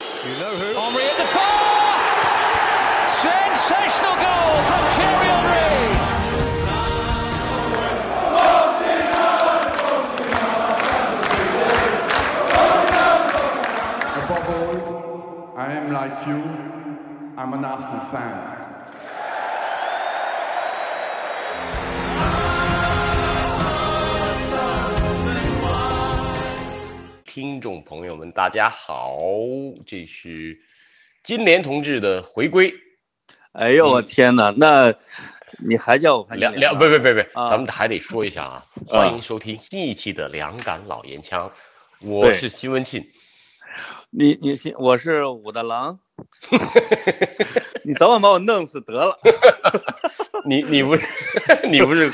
You know who? Henry at the far! Sensational goal from Thierry Henry! Above all, I am like you. I'm an Arsenal fan. 各位听众朋友们，大家好，这是金莲同志的回归，哎呦我天哪，那你还叫我潘金两莲两啊不不不不，啊咱们还得说一下 啊，啊欢迎收听新一期的《两杆老烟枪》，我对是新文庆，你你是我是武大郎， 你早晚把我弄死得了。你你不是 你不是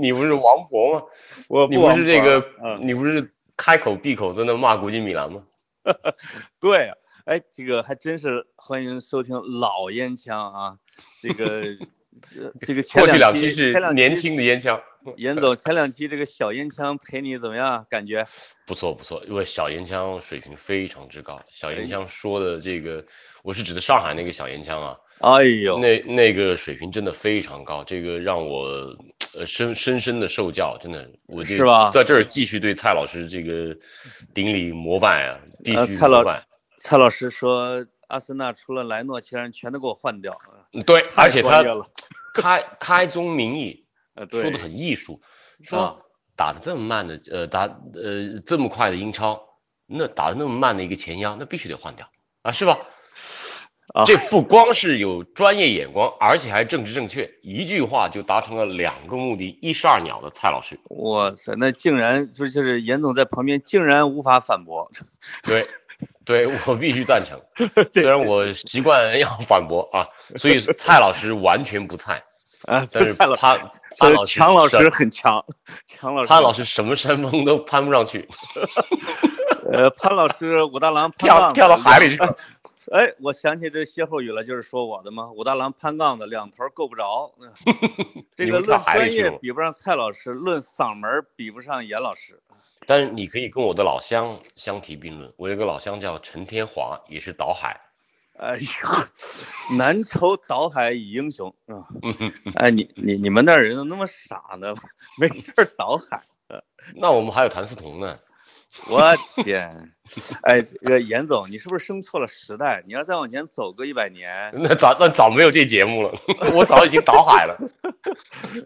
你不是王博吗？我你不是这个嗯，你不是开口闭口在那骂国际米兰吗？对啊，哎，这个还真是欢迎收听老烟枪啊，这个呃这个前过去两期期是前两期年轻的烟枪，严总前两期这个小烟枪陪你怎么样？感觉不错不错，因为小烟枪水平非常之高，小哎烟枪说的这个，我是指的上海那个小烟枪啊，哎呦，那那个水平真的非常高，这个让我呃深深深的受教，真的，我就是吧在这儿继续对蔡老师这个顶礼膜拜啊，必呃须蔡老膜拜。蔡老师说阿森纳除了莱诺，其他人全都给我换掉，对，而且太专他业了。开开宗明义呃，对，说的很艺术，啊说打的这么慢的呃打呃这么快的英超，那打的那么慢的一个前腰，那必须得换掉啊，是吧？啊这不光是有专业眼光，而且还政治正确，一句话就达成了两个目的，一石二鸟的蔡老师。哇塞，那竟然就就是严总在旁边竟然无法反驳，对，对我必须 赞成，虽然我习惯要反驳啊，所以蔡老师完全不菜，啊，但是蔡老潘所潘以老师呃强老什师很强，强老师，潘老师什么山峰都攀不上去，呃，潘老师，武大郎潘跳杠跳到海里去 了。哎，我想起这歇后语了，就是说我的嘛，武大郎潘杠子两头够 不着，嗯这你个们跳论海里专去了业吗比不上蔡老师，论嗓门儿比不上严老师，但是你可以跟我的老乡相提并论，我有个老乡叫陈天华，也是倒海，哎呀， 南愁倒海以英雄 啊！哎，你你你们那儿人怎么那么傻呢？没事儿倒海。那我们还有谭嗣同呢。我天！ 哎，这个严总，你是不是生错了时代？你要再往前走个一百年，那早那早没有这节目了，我早已经倒海了。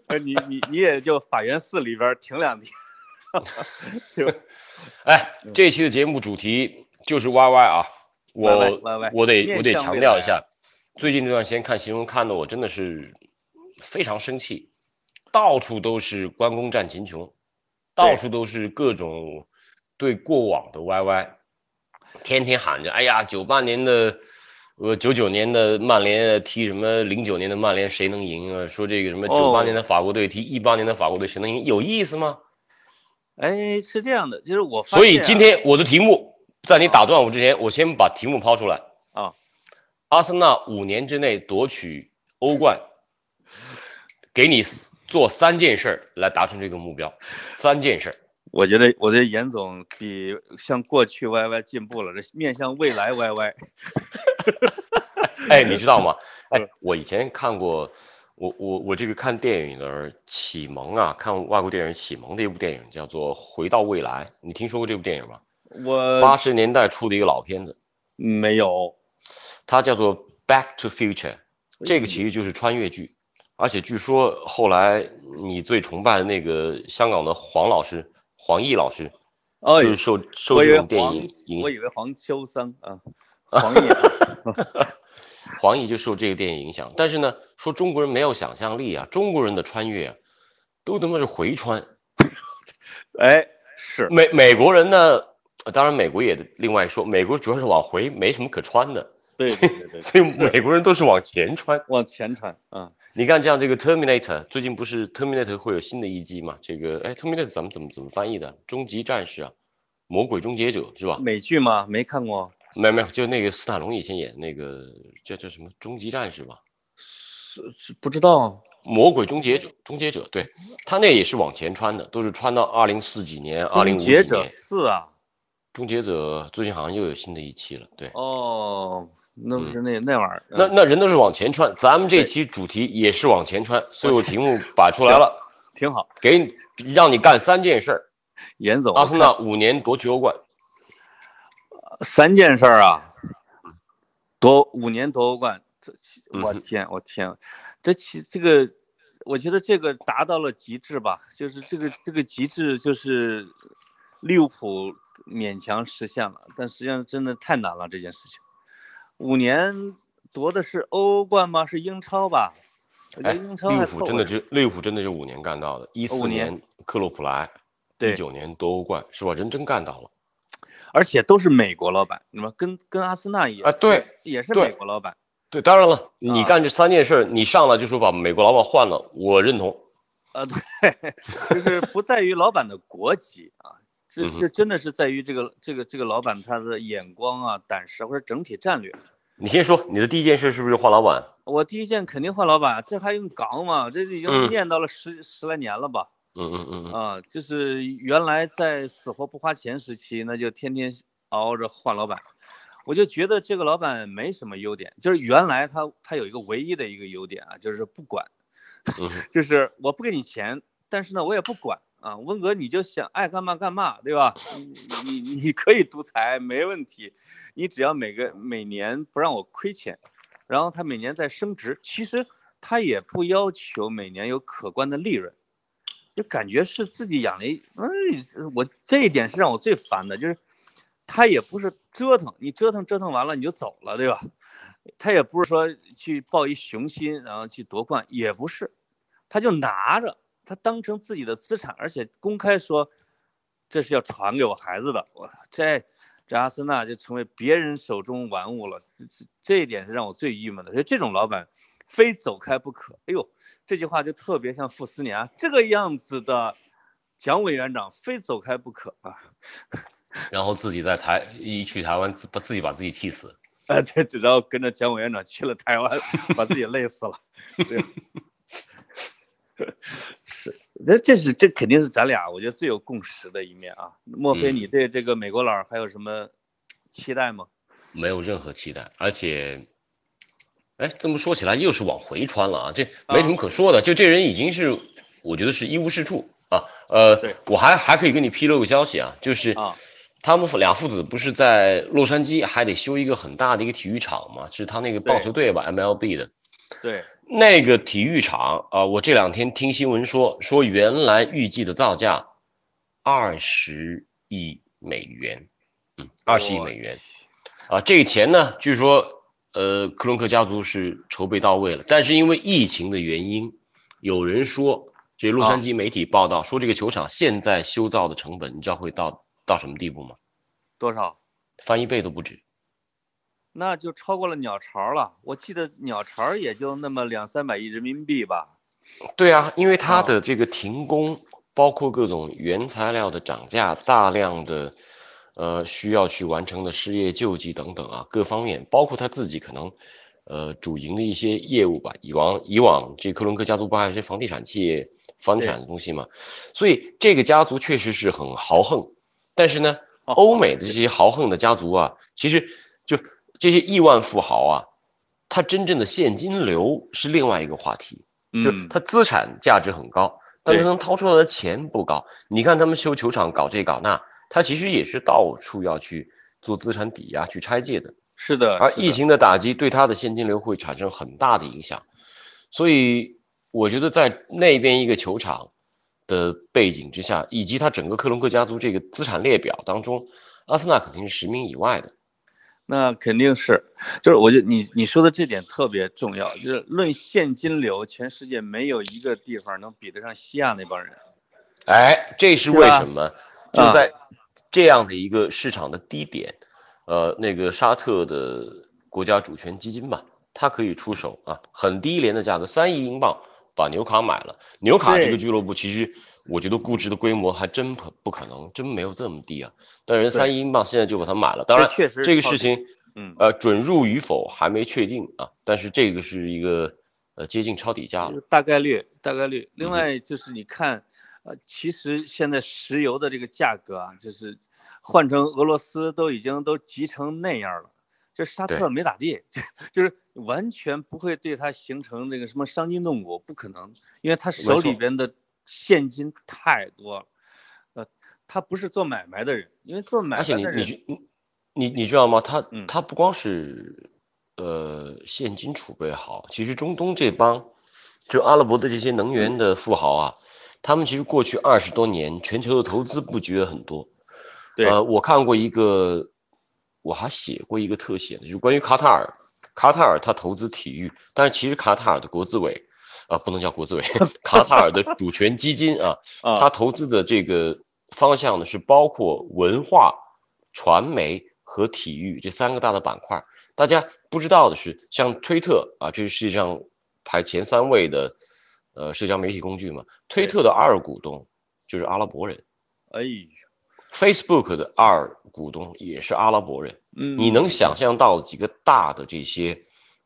呃，你你你也就法源寺里边儿停两天。哎，嗯这期的节目主题就是 YY 啊，我 YY YY 我得我面得向强未调来一下，最近这段时间看新闻看的我真的是非常生气，到处都是关公战秦琼，到处都是各种对过往的 YY，天天喊着哎呀九八年的。呃，九九年的曼联啊踢什么？零九年的曼联谁能赢啊？说这个什么九八哦年的法国队踢一八年的法国队谁能赢？有意思吗？哎，是这样的，就是我发现啊、所以今天我的题目，在你打断我之前，我先把题目抛出来啊。阿森纳五年之内夺取欧冠，给你四做三件事儿来达成这个目标，三件 事儿。我觉得，我觉得严总比像过去 YY 进步了，这面向未来 YY 哎，你知道吗？嗯哎，我以前看过，我我我这个看电影的启蒙啊，看外国电影启蒙的一部电影叫做《回到未来》，你听说过这部电影吗？我八十年代出的一个老片子。没有。它叫做《Back to Future》，这嗯个其实就是穿越剧，而且据说后来你最崇拜的那个香港的黄老师，黄奕老师，哦，就是受受我以这为种电黄影影我以为黄秋生啊， 黄奕啊。黄奕就受这个电影影响。但是呢，说中国人没有想象力啊，中国人的穿越啊，都他妈是回穿。哎，是美美国人呢，当然美国也另外说，美国主要是往回，没什么可穿的，对对 对对，所以美国人都是往前穿。往前传啊，你看，像这个 Terminator，最近不是 Terminator 会有新的一季嘛？这个哎，Terminator 咱们怎么怎么翻译的？终极战士啊，魔鬼终结者是吧？美剧吗？没看过，没有没有，就那个斯坦龙以前演那个叫叫什么终极战士吧？是是不知道。魔鬼终结者，终结者，对他那也是往前穿的，都是穿到二零四几年、二零五终几结者年。四啊，终结者最近好像又有新的一期了，对。哦，那不是那那玩意儿，那嗯那人都是往前穿，咱们这期主题也是往前穿，所以我题目摆出来了，挺好。给你让你干三件事儿。严总，阿森纳五年夺取欧冠，三件事儿啊，夺五年夺欧冠，这其嗯哼我天，我天，这其这个，我觉得这个达到了极致吧，就是这个这个极致就是利物浦勉强实现了，但实际上真的太难了这件事情。五年夺的是欧冠吗？是英超吧？我觉哎，得英超还利物浦真的是是利物浦真的是五年干到的，一哦五四年年克洛普来，一对，九年夺欧冠，是吧？人真干到了。而且都是美国老板，你们跟跟阿森纳一样啊对，也是对美国老板。对，当然了，你啊干这三件事儿，你上来就说把美国老板换了，我认同。啊，对， 就是不在于老板的国籍啊，这嗯哼这真的是在于这个这个这个老板他的眼光啊、胆识或者整体战略。你先说，你的第一件事是不是换老板？我第一件肯定换老板，这还用杠吗？这已经嗯念叨了十、十来年了吧？嗯嗯嗯嗯，啊，就是原来在死活不花钱时期，那就天天熬着换老板。我就觉得这个老板没什么优点，就是原来他他有一个唯一的一个优点啊，就是不管。嗯哼 就是我不给你钱，但是呢，我也不管啊。温格，你就想爱干嘛干嘛，对吧？你你你可以独裁，没问题，你只要每个每年不让我亏钱，然后他每年在升值，其实他也不要求每年有可观的利润。就感觉是自己养了一，哎，我这一点是让我最烦的，就是他也不是折腾，你折腾折腾完了你就走了，对吧？他也不是说去抱一雄心，然后去夺冠，也不是，他就拿着，他当成自己的资产，而且公开说这是要传给我孩子的。我这这阿森纳就成为别人手中玩物了，这这这一点是让我最郁闷的。所以这种老板非走开不可。哎呦，这句话就特别像傅斯年啊这个样子的蒋委员长，非走开不可啊！ 然后自己在台一去台湾，自把自己把自己气死。啊，对，对然后跟着蒋委员长去了台湾，把自己累死了。对 是，那这是这肯定是咱俩我觉得最有共识的一面啊。莫非你对这个美国佬儿还有什么期待吗？没有任何期待，而且，哎，这么说起来又是往回穿了啊，这没什么可说的，就这人已经是，我觉得是一无是处啊。呃对，我还还可以跟你披露个消息啊，就是啊他们俩父子不是在洛杉矶还得修一个很大的一个体育场嘛，是他那个棒对球队吧，MLB 的对，那个体育场啊、我这两天听新闻说，说原来预计的造价二十亿美元，嗯，二十亿美元，啊，这个钱呢，据说呃，克伦克家族是筹备到位了，但是因为疫情的原因，有人说，这洛杉矶媒体报道说，这个球场现在修造的成本，你知道会到到什么地步吗？多少？翻一倍都不止。那就超过了鸟巢了。我记得鸟巢也就那么两三百亿人民币吧。对啊，因为它啊的这个停工，包括各种原材料的涨价，大量的呃需要去完成的失业救济等等啊，各方面，包括他自己可能呃主营的一些业务吧。以往以往这克伦克家族不还是房地产企业、房地产的东西嘛，所以这个家族确实是很豪横，但是呢，哦欧美的这些豪横的家族啊，其实就这些亿万富豪啊，他真正的现金流是另外一个话题。就嗯它资产价值很高，但是对能掏出来的钱不高。你看他们修球场搞这搞那，他其实也是到处要去做资产抵押、去拆借的。是的，而啊是的疫情的打击对他的现金流会产生很大的影响，所以我觉得在那边一个球场的背景之下，以及他整个克隆克家族这个资产列表当中，阿森纳肯定是十名以外的。那肯定是，就是我觉得你你说的这点特别重要，就是论现金流，全世界没有一个地方能比得上西亚那帮人。哎，这是为什么？是吧就在这样的一个市场的低点，呃，那个沙特的国家主权基金吧，它可以出手啊，很低廉的价格，三亿英镑把纽卡买了。纽卡对这个俱乐部其实，我觉得估值的规模还真不不可能，真没有这么低啊。但人三亿英镑现在就把它买了，当然这确实这个靠事谱情，嗯，呃，准入与否还没确定啊，但是这个是一个呃接近抄底价了。大概率，大概率。嗯另哼外就是你看，呃，其实现在石油的这个价格啊，就是换成俄罗斯都已经都急成那样了，这沙特对没咋地， 就就是完全不会对他形成那个什么伤筋动骨，不可能，因为他手没错里边的现金太多了，呃，他不是做买卖的人，因为做买而且卖你的你人，知你你你知道吗？他嗯他不光是呃现金储备好，其实中东这帮就阿拉伯的这些能源的富豪啊，他们其实过去二十多年全球的投资布局也很多。对呃，我看过一个，我还写过一个特写的，就是关于卡塔尔。卡塔尔他投资体育，但是其实卡塔尔的国资委啊、不能叫国资委， 卡塔尔的主权基金啊，他啊，投资的这个方向呢是包括文化、传媒和体育这三个大的板块。大家不知道的是，像推特啊，这是世界上排前三位的呃社交媒体工具嘛，推特的二股东就是阿拉伯人哎呦， ，Facebook 的二股东也是阿拉伯人。嗯，你能想象到几个大的这些，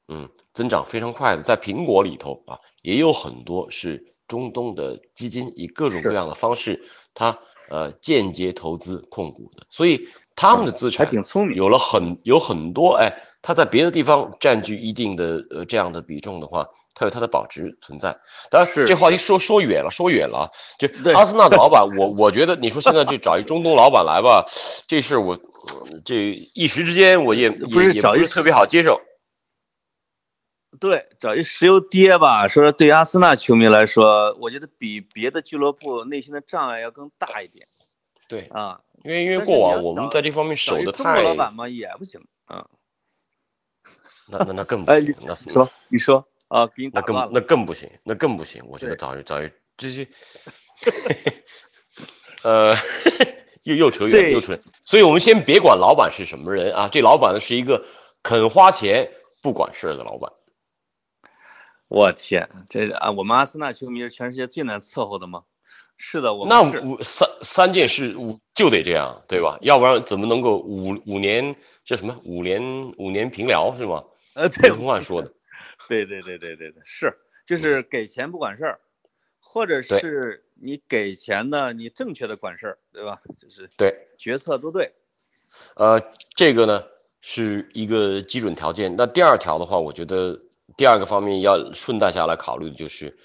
嗯，增长非常快的，在苹果里头啊，也有很多是中东的基金以各种各样的方式，它呃间接投资控股的，所以他们的资还产挺聪明，有了很有很多，哎，它在别的地方占据一定的呃这样的比重的话，它有它的保值存在。当然，是这话题说说远了，说远了啊。就对阿森纳的老板，我我觉得你说现在就找一中东老板来吧， 这事我嗯这一时之间我也不也是也找不一是特别好接受。对，找一石油爹吧，说对于阿森纳球迷来说，我觉得比别的俱乐部内心的障碍要更大一点对，啊。因为因为但是过你往要我们找在这方面找守一的中国太，老板嘛也不行，那那那更不哎行，那是说你说啊，给你嗯那打更断了。那更不行，那更不行。我觉得对找一找一这些，呃，又又扯所以远又扯远。所以我们先别管老板是什么人啊，这老板呢是一个肯花钱不管事儿的老板。我天，这啊，我们阿森纳球迷是全世界最难伺候的吗？是的，我那们是。五三三件事五就得这样，对吧？要不然怎么能够五五年这什么五年五年平辽是 吗？呃，李对崇焕说的，对对对对对对，是，就是给钱不管事儿，或者嗯对是你给钱呢，你正确的管事儿，对吧？就是对。决策都对。呃，这个呢是一个基准条件。那第二条的话，我觉得第二个方面要顺带下来考虑的就是，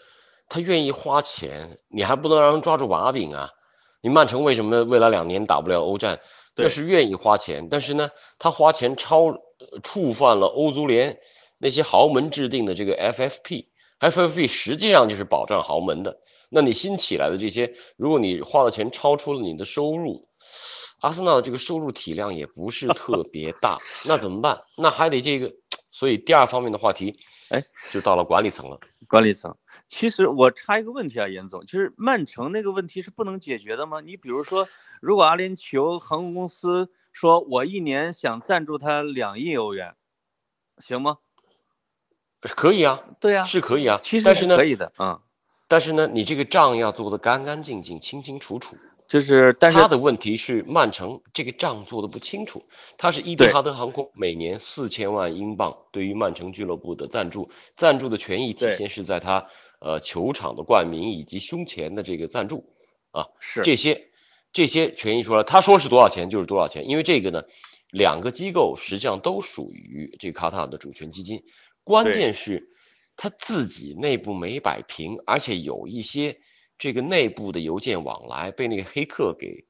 他愿意花钱，你还不能让人抓住把柄啊。你曼城为什么未来两年打不了欧战？那对是愿意花钱，但是呢，他花钱超呃触犯了欧足联那些豪门制定的这个 FFP。FFP 实际上就是保障豪门的。那你新起来的这些，如果你花的钱超出了你的收入，阿森纳的这个收入体量也不 是特别大，那怎么办？那还得这个，所以第二方面的话题，哎，就到了管理层了。管理层，其实我插一个问题啊，严总，就是曼城那个问题是不能解决的吗？你比如说，如果阿联酋航空公司说我一年想赞助他两亿欧元，行吗？可以啊，对呀、是可以啊，其实但是呢可，以的，嗯，但是呢，你这个账要做得干干净净、清清楚楚。就是但是他的问题是曼城这个账做的不清楚，他是伊蒂对哈德航空每年四千万英镑对于曼城俱乐部的赞助，赞助的权益体对现是在他呃球场的冠名以及胸前的这个赞助啊，是这些这些权益出来，他说是多少钱就是多少钱，因为这个呢，两个机构实际上都属于这个卡塔尔的主权基金，关对键是他自己内部没摆平，而且有一些这个内部的邮件往来被那个黑客给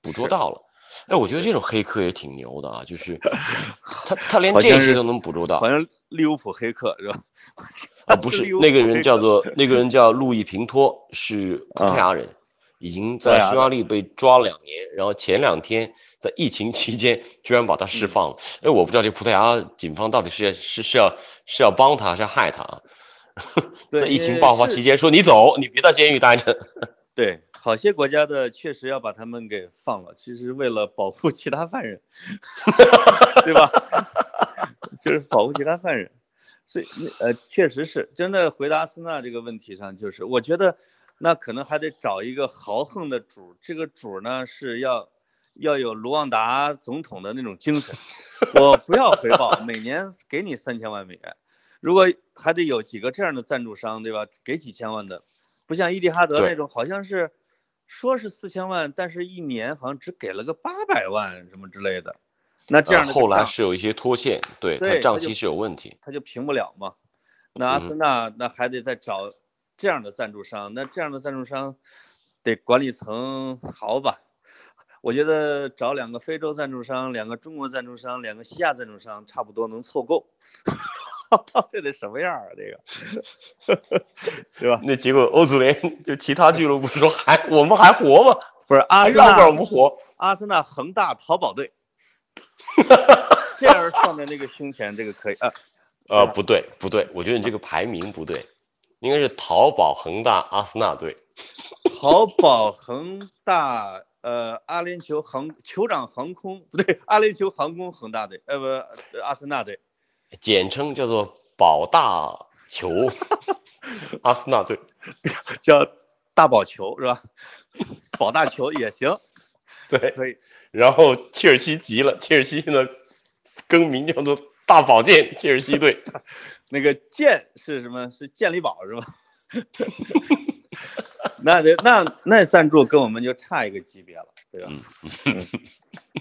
捕捉是到了。哎，我觉得这种黑客也挺牛的啊，就是 他他连好像这些是都能捕捉到好像利物浦黑客是吧？ 啊，不是利物那个浦人黑叫客做那个人叫路易平托，是葡萄啊牙人，已经葡萄在牙匈的牙利被抓了两年，然后前两天在疫情期间居然把他释放了。哎，我不知道这葡萄牙警方到底是是是要是要帮他，是要害他啊？对在疫因情为爆发是期间说你走，你别在监狱待着。对，好些国家的确实要把他们给放了，其实为了保护其他犯人，对吧？ 就是保护其他犯人，所以那呃，确实是真的回答阿森纳这个问题上，就是我觉得那可能还得找一个豪横的主，这个主呢是要要有卢旺达总统的那种精神，我不要回报，每年给你三千万美元，如果还得有几个这样的赞助商，对吧？给几千万的，不像伊蒂哈德对那种，好像是说是四千万，但是一年好像只给了个八百万什么之类的。那这样的呃、后来账是有一些脱线，对对他账他就期是有问题。他就平不了嘛。那阿森纳那还得再找这样的赞助商，那这样的赞助商得管理层好吧？我觉得找两个非洲赞助商、两个中国赞助商、两个西亚赞助商，差不多能凑够。 这得什么样啊？这个， 对吧？那结果欧足联就其他俱乐部 说还我们还活啊吗？不是阿还森让不让我纳，们活？阿森纳恒大淘宝队，这样儿放在那个胸前，这个可以啊。呃，不对不对，我觉得你这个排名不对，应该是淘宝、恒大、阿森纳队。淘宝、恒大、呃，阿联酋航酋长航空不对，阿联酋航空恒大队，呃不，呃阿森纳队，简称叫做保大 球，阿森纳队。叫大宝球是吧？ 保大球也行， 对，可以。哎然后切尔西急了，切尔西现在更名叫做大保健切尔西队。那个健是什么？是健力宝是吧？ 那得那那赞助跟我们就差一个级别了，对吧？嗯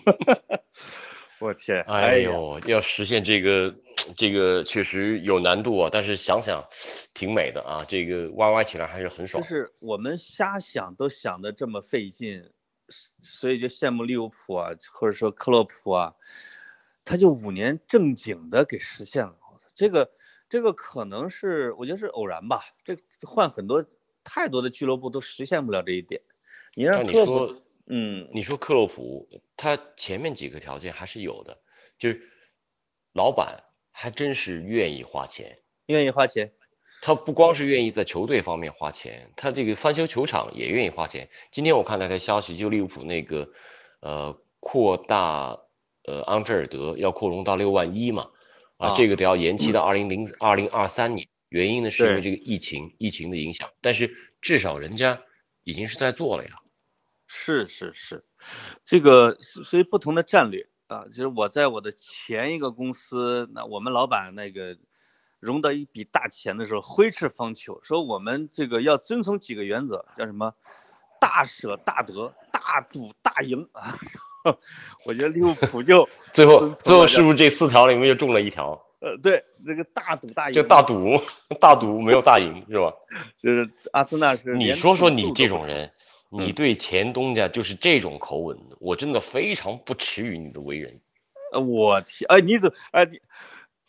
嗯 我天， 哎呀，呦，要实现这个，这个确实有难度啊，但是想想挺美的啊，这个 YY 起来还是很就爽。是我们瞎想都想的这么费劲，所以就羡慕利物浦啊，或者说克洛普啊，他就五年正经的给实现了。这个这个可能是我觉得是偶然吧，这换很多太多的俱乐部都实现不了这一点。你让但你克洛普，说，嗯，你说克洛普，他前面几个条件还是有的，就是老板还真是愿意花钱，愿意花钱，他不光是愿意在球队方面花钱，他这个翻修球场也愿意花钱。今天我看到一条消息，就利物浦那个呃扩大呃安菲尔德要扩容到六万一嘛，啊，啊这个得要延期到二零零二零二三年，原因呢是因为对这个疫情疫情的影响，但是至少人家已经是在做了呀。是是是，这个所所以不同的战略啊，就是我在我的前一个公司，那我们老板那个融到一笔大钱的时候，挥斥方遒，说我们这个要遵从几个原则，叫什么？大舍大得，大赌大赢 啊！我觉得利物浦就最后遵从最后了是不是这四条里面又中了一条？呃对这个大赌大赢，就大赌大赌没有大赢是吧？就是阿森纳是你连说说赌你注这都不嗯种是，人，你对前东家就是这种口吻，我真的非常不耻于你的为人。呃我天，哎你怎哎你。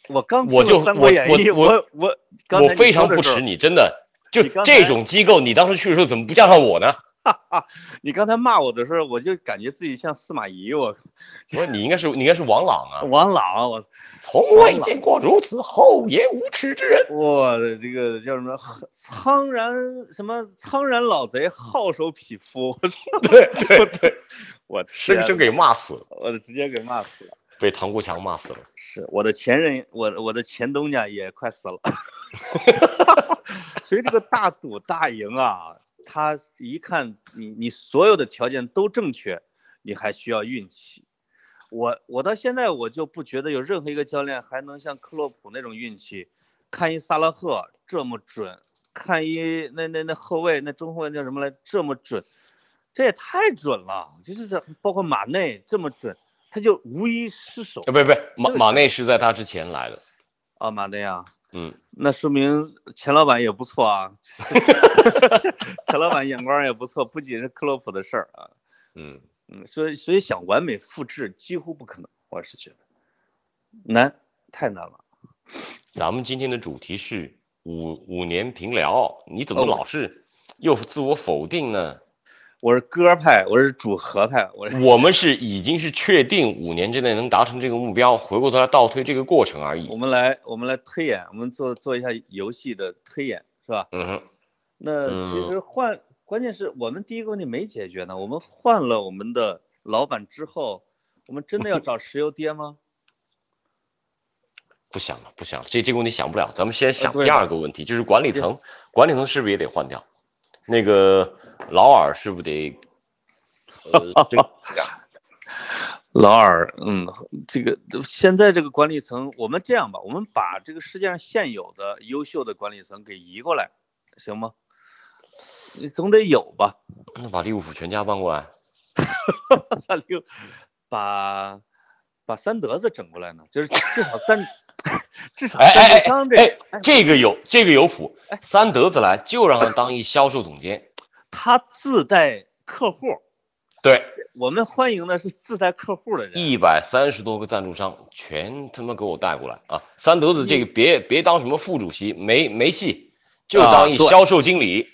我刚我听了就三我国演我义》，我我我刚我才你非说常的不时候耻你，真的。就你刚才这种机构，你当时去的时候怎么不叫上我呢？你刚才骂我的时候，我就感觉自己像司马懿，我我说你应该是你应该是王朗啊，王朗，我从未见过如此厚颜无耻之人。我这个叫什么苍然什么苍然老贼，好手匹夫，对对对， 我天生生给骂死了，我直接给骂死了。被唐国强骂死了。是我的前任，我我的前东家也快死了，所以这个大赌大赢啊，他一看你你所有的条件都正确，你还需要运气。我我到现在我就不觉得有任何一个教练还能像克洛普那种运气，看一萨拉赫这么准，看一那那那后卫那中后卫叫什么来这么准，这也太准了，就是这包括马内这么准，他就无一失手呃，。不不，马马内是在他之前来的。啊，马内啊，嗯，那说明钱老板也不错啊， 钱老板眼光也不错，不仅是克洛普的事儿啊，嗯，嗯，所以所以想完美复制几乎不可能，我是觉得难，太难了。咱们今天的主题是五五年平聊，你怎么哦老是又自我否定呢？我是歌派，我是主和派，我是我们是已经是确定五年之内能达成这个目标，回过头来倒推这个过程而我已。们来我们来推演，我们做做一下游戏的推演，是吧？嗯哼，那其嗯实换，关键是我们第一个问题没解决呢，我们换了我们的老板之后，我们真 的要找石油爹吗？不想了，不想了，这这个问题想不了。咱们先想对第二个问题，就是管理层，管理层是不是也得换掉？那个劳尔是不是得？呃，这个劳尔，嗯，这个现在这个管理层，我们这样吧，我们把这个世界上现有的优秀的管理层给移过来，行吗？你总得有吧？那把利物浦全家搬过来，把六把把三德子整过来呢，就是至少三 至少哎哎三哎德章这哎个，哎这个有这个有谱，三德子来就让他当一销售总监，他自带客户，对，我们欢迎的是自带客户的人。一百三十多个赞助商全他妈给我带过来啊！三德子这个别别当什么副主席，没没戏，就啊当一对销售经理。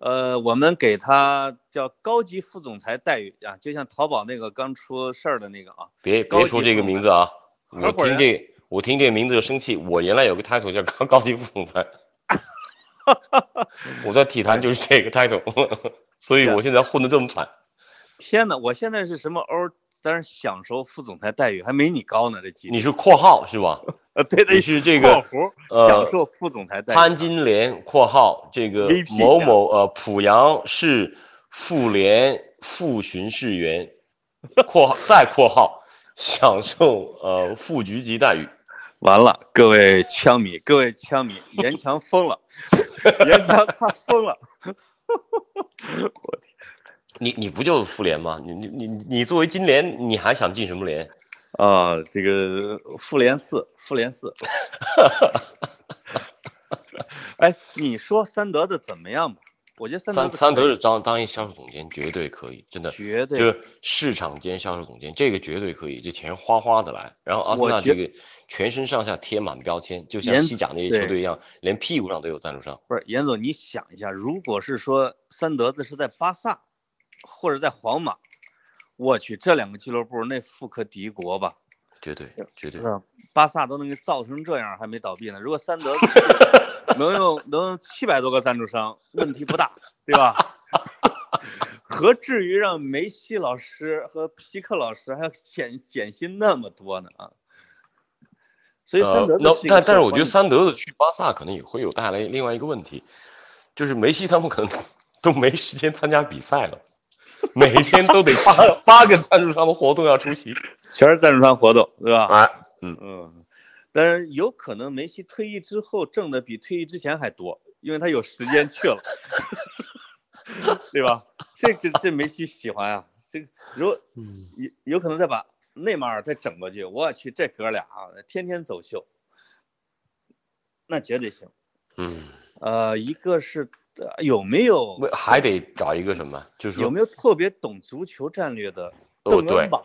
呃，我们给他叫高级副总裁待遇啊，就像淘宝那个刚出事儿的那个啊，别高别级说这个副名字啊！合我伙听人这我听这名字就生气。我原来有个 title 叫高 高级副总裁，我在体坛就是这个 title，所以 是啊我现在混得这么惨。天哪！我现在是什么欧，但是享受副总裁待遇还没你高呢，这级你是括号是吧？呃，对你对，是这个括弧呃享受副总裁待遇。啊潘金莲（括号这个 VP 某某呃濮阳市妇联副巡视员）（括号再括号享受呃副局级待遇完了，各位枪迷，各位枪迷，严强疯了， 严强他疯了。）。你你不就是妇联吗？你你你你作为金联，你还想进什么联？啊，这个复联四，复联四。哎，你说三德子怎么样吧？我觉得三德三子三德是当当一销售总监绝对可以，真的绝就对是市场监销售总监，这个绝对可以，这钱花花的来。然后阿森我纳觉这个全身上下贴满标签，就像严西甲那些对球队一样，连屁股上都有赞助商。不是严总，你想一下，如果是说三德子是在巴萨或者在皇马，我去这两个俱乐部那富可敌国吧？绝对，绝对，吧？巴萨都能给造成这样还没倒闭呢，如果三德子能有能有七百多个赞助商，问题不大，对吧？ 何至于让梅西老师和皮克老师还要减减薪那么多呢？啊，所以三德呃子、，那但但是我觉得三德子去巴萨可能也会有带来另外一个问题，就是梅西他们可能 都没时间参加比赛了，每天都 得八八个赞助商的活动要出席。全是赞助商活动，对吧？啊，嗯，但是有可能梅西退役之后挣的比退役之前还多，因为他有时间去了， 对吧？这这这梅西喜欢啊，这个如果嗯，有有可能再把内马尔再整过去，我去这哥俩啊，天天走秀，那绝对行。嗯，呃，一个是、呃有没有不还得找一个什么，就是有说，没有特别懂足球战略的哦邓恩对，吧？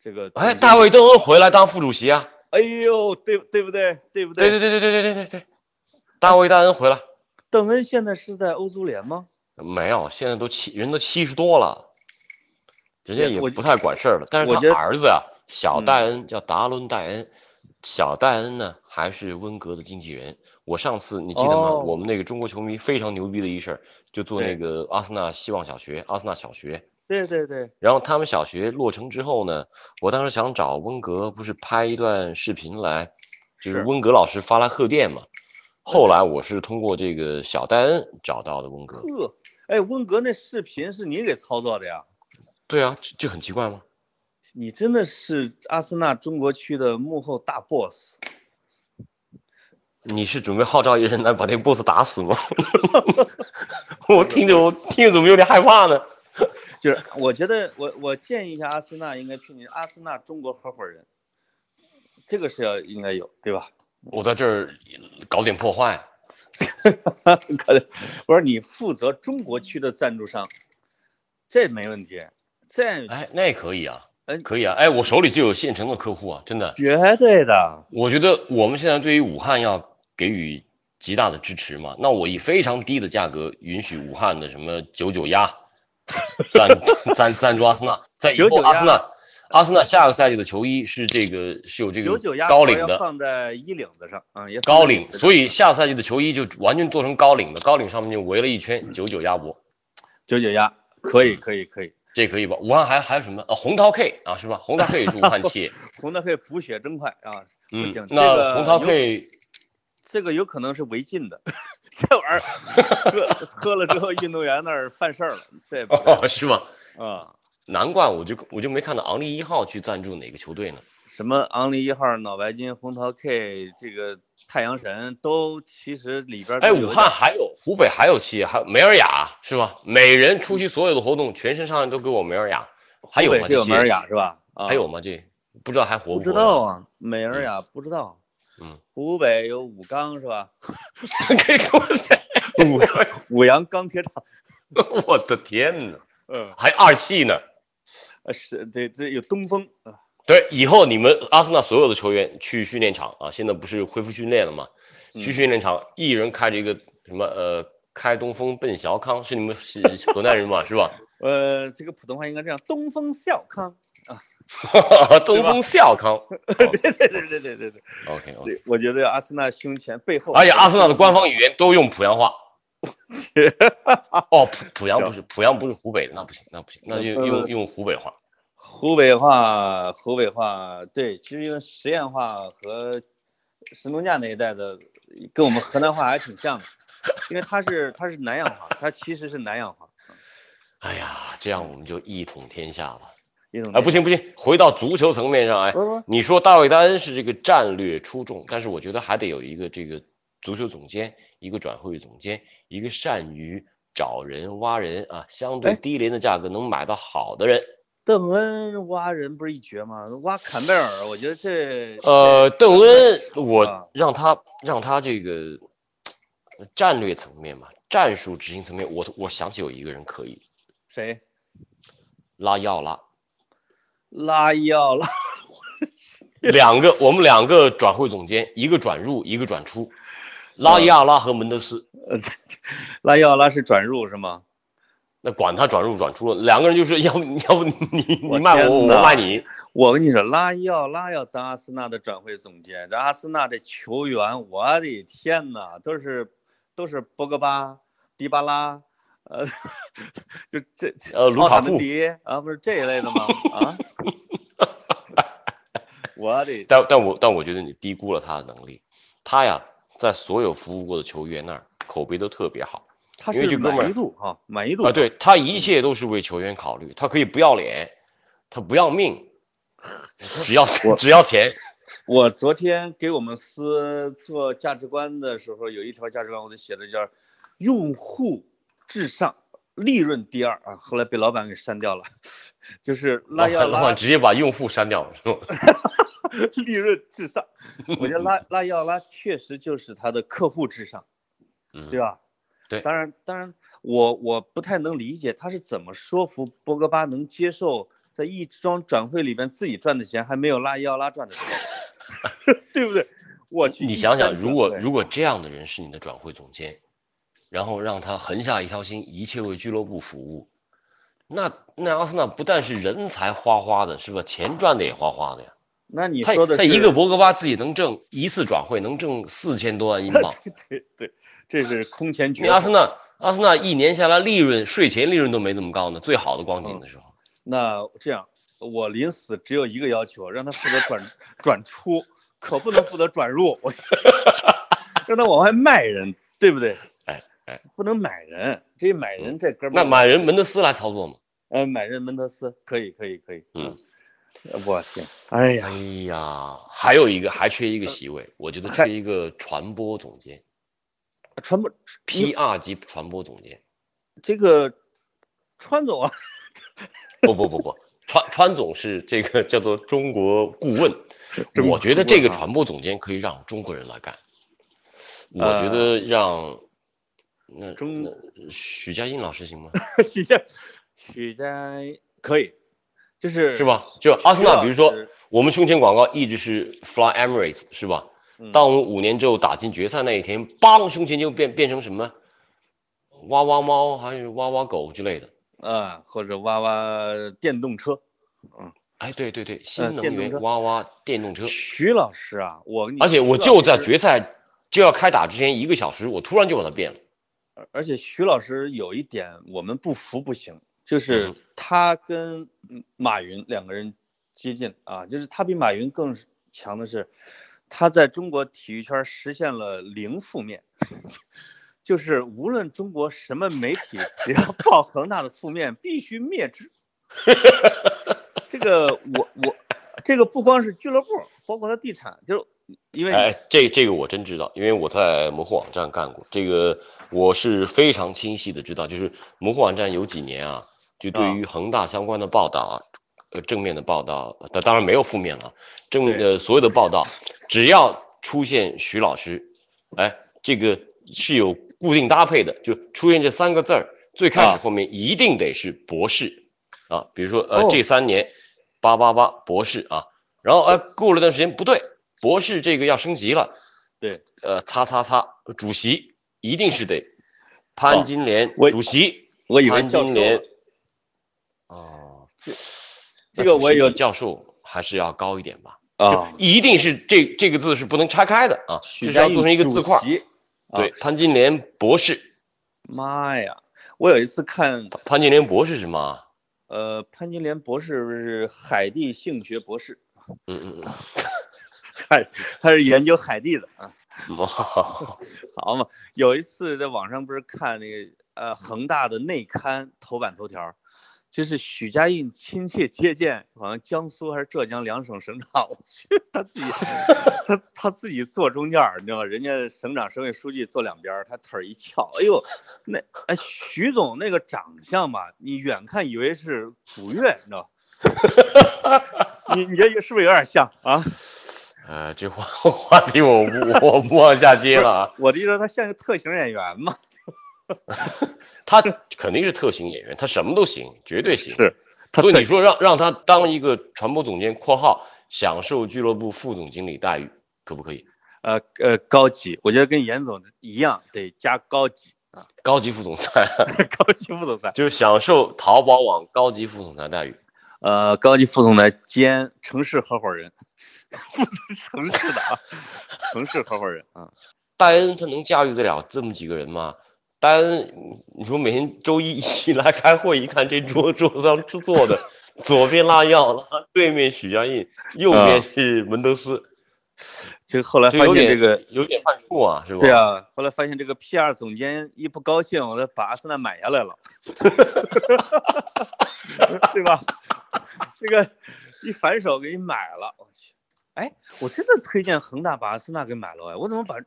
这个哎，大卫，邓恩回来当副主席啊？哎呦，对对不对？对不对对对对对对对对对，大卫戴恩回来邓恩现在是在欧足联吗？没有？现在都七人都七十多了，人家对也我不太管事儿了。但是我觉得他儿子啊，小嗯戴恩叫达伦戴恩，小戴恩呢还是温格的经纪人。我上次你记得吗？哦我们那个中国球迷非常牛逼的一事儿，就做那对个阿森纳希望小学，阿森纳小学。对对对，然后他们小学落成之后呢，我当时想找温格，不是拍一段视频来，就是是温格老师发来贺电嘛。后来我是通过这个小戴恩找到的温格。呵，哎，温格那视频是你给操作的呀？对啊，这这很奇怪吗？你真的是阿森纳中国区的幕后大 boss。你是准备号召一人来把这个 boss 打死 吗？我听着，我听着怎么有点害怕呢？就是我觉得我我建议一下阿森纳应该聘请阿森纳中国合伙人，这个是要应该有对吧？我在这儿搞点破坏，可能我说你负责中国区的赞助商，这没问题，这哎，那也可以啊哎，可以啊，哎，我手里就有现成的客户啊，真的。绝对的。我觉得我们现在对于武汉要给予极大的支持嘛，那我以非常低的价格允许武汉的什么九九鸭 赞赞赞助阿森纳，在以后99鸭阿森纳阿森纳下个赛季的球衣是这个是有这九个九鸭高头领要的放在衣领子上，嗯，也高领，所以以下赛季的球衣就完全做成高领的，高领上面就围了一圈九九鸭脖，九九鸭可以可以可以，这可以吧？武汉还还有什么？呃，红桃 K 啊，是吧？红桃 K 也是武 汉企业，红的可以补血真快啊，不嗯行，这个那红桃有 K 这个有可能是违禁的， 这玩意儿喝喝了之后，运动员那儿犯事儿了，这不对哦是吗？啊、难怪我就我就没看到昂利一号去赞助哪个球队呢？什么昂立一号、脑白金、红桃 K，这个太阳神都其实里边都哎，有武点汉还有，湖北还有企业，还有梅尔雅是吧？每人出席所有的活动，全身上下都给我梅尔雅，还有湖北吗？是这有企美业尔雅是吧？啊，还有吗？这不知道还活不不知活？道啊，美尔雅不知道。嗯，湖北有武钢是吧？可以 给我 武武阳钢铁厂，我的天呐，嗯，还二系呢？呃是对对有东风，啊对，以后你们阿森纳所有的球员去训练场啊，现在不是恢复训练了吗？嗯去训练场，一人开着一个什么呃，开东风奔小康，是你们是河南人嘛，是吧？ 呃，这个普通话应该这样，东风笑康。东风笑康。对对对对对对哎对 OK OK，对，我觉得阿森纳胸前背后，而且阿森纳的官方语言都用濮阳话。哦，濮濮阳不是濮阳不是湖北的，那不行，那不行，那就用用湖北话。湖北话，湖北话，对，其实因为十堰话和神农架那一带的，跟我们河南话还挺像的，因为它是它是南阳话，它其实是南阳话。哎呀，这样我们就一统天下吧。一种啊，不行不行，回到足球层面上，哎不，不你说大卫·戴恩是这个战略出众，但是我觉得还得有一个这个足球总监，一个转会总监，一个善于找人挖人啊，相对哎低廉的价格能买到好的人。邓恩挖人不是一绝吗？挖坎贝尔，我觉得这呃，邓恩，啊我让他让他这个呃战略层面嘛，战术执行层面，我我想起有一个人可以谁拉伊奥 拉，拉伊奥拉？两个我们两个转会总监，一个转入，一个转出，啊拉伊奥拉和门德斯。呃，这这拉伊奥拉是转入是吗？那管他转入转出了，两个人就是要不 你要不你我你卖我，天我哪卖你。我跟你说，拉伊奥拉要当阿森纳的转会总监，这阿森纳这球员，我的天呐，都是都是博格巴、迪巴拉，呃， 就这这呃卢奥卡塔门库迪啊，不是这一类的吗？ 啊，我的但但我但我觉得你低估了他的能力。他呀，在所有服务过的球员那儿口碑都特别好他因为是这哥们儿满意度哈，满意度啊。对他嗯一切都是为球员考虑，他可以不要脸，他不要 命，只要只要钱。我昨天给我们司做价值观的时候，有一条价值观我就写的叫“用户至上，利润第二”啊，后来被老板给删掉了。 就是拉 要老拉 板直接把用户删掉了是吧？利润 至上，我觉得拉拉要拉确实就是他的客户至上，嗯对吧？对当然当然，我我不太能理解他是怎么说服博格巴能接受在一桩转会里边自己赚的钱还没有拉伊奥拉赚 的多， 对不对？我去，你想想，如果对如果这样的人是你的转会总监，然后让他横下一条心，一切为俱乐部服务，那那阿森纳不但是人才花花的，是吧？钱赚的也花花的呀。那你他说的他是一个博格巴自己能挣一次转会能挣四千多万英 镑，对对，这是空前你绝阿后。森纳阿森纳一年下来利润税前利润都没那么高呢，最好的光景的时候。那这样，我临死只有一个要求，让他负责转转出，可不能负责转入， 我让他往外卖人，对不对？哎哎，嗯不能买人，这买人这哥们那儿，买人门德斯来操作嘛？呃买人门德斯可以可以可以，嗯，我天，哎呀，哎呀，还有一个还缺一个席位，我觉得缺一个传播总监川不，PR 级传播总监。这个川总啊，不不不不，川川总是这个叫做中国顾问，中国我觉得这顾个问啊传播总监可以让中国人来干，我觉得让那呃中那许家印老师行吗？ 许家许家可以，就是是吧？就阿森纳，比如说是我们胸前广告一直是 Fly Emirates 是吧嗯？当我们五年之后打进决赛那一天，梆，胸前就变变成什么？哇哇猫还是哇哇狗之类的？啊，或者挖挖电动车。哎，对对对，新能呃电动源车哇哇电动车。徐老师啊，我跟你而且我就在觉，决赛就要开打之前一个小时，我突然就把它变了。而且徐老师有一点我们不服不行，就是嗯他跟嗯马云两个人接近啊，就是他比马云更强的是，他在中国体育圈实现了零负面， 就是无论中国什么媒体，只要报恒大的负面，必须灭之。这个我我这个不光是俱乐部，包括他地产，就是因为你哎，这这个我真知道，因为我在门户网站干过，这个我是非常清晰的知道，就是门户网站有几年啊，就对于恒大相关的报道啊，呃，正面的报道，当当然没有负面了，正面的所有的报道，只要出现徐老师，哎，这个是有固定搭配的，就出现这三个字儿，最开始啊后面一定得是博士啊，比如说呃哦这三年八八八博士啊，然后哎过了段时间不对，博士这个要升级了，对，哦呃擦擦擦，主席一定是得潘金莲我主席，我以为潘教授金莲，哦，这个我也有教授还是要高一点吧。啊，一定是这这个字是不能拆开的啊，许这是家要印做成一个字块儿主。席啊对，潘金莲博士，妈呀！我有一次看，潘金莲博士是什么啊？呃，潘金莲博士不是海地性学博士，嗯嗯嗯海他是研究海地的啊，嗯， 哦好嘛。有一次在网上不是看那个呃恒大的内刊头版头条，就是许家印亲切接见，好像江苏还是浙江两省省长， 我去，他自己他他自己坐中间儿，你知道吗？人家省长、省委书记坐两边儿，他腿儿一翘，哎呦，那哎徐总那个长相吧，你远看以为是古月，你知道吗？ 你你这是不是有点像啊？呃，这话 话题我不我不往下接了 啊，我的意思说他像个特型演员嘛。他肯定是特型演员，他什么都行，绝对行。是，所以你说让让他当一个传播总监（括号享受俱乐部副总经理待遇）可不可以？呃呃高级，我觉得跟严总一样，得加高级， 高级副总裁 高级副总裁，就享受淘宝网高级副总裁待遇。呃高级副总裁兼城市合伙人， 负责城市的啊，城市合伙人啊，戴恩他能驾驭得了这么几个人吗？戴恩，你说每天周一一来开会，一看这桌桌上坐的，左边拉药拉，对面许家印，右边是门德斯，这后来就发有现点这个，有点犯怵啊，是吧？对啊，后来发现这个 PR 总监一不高兴，我就把阿森纳买下来了， 对吧？这个一反手给你买了，我去，哎，我真的推荐恒大把阿森纳给买了哎，我怎么把这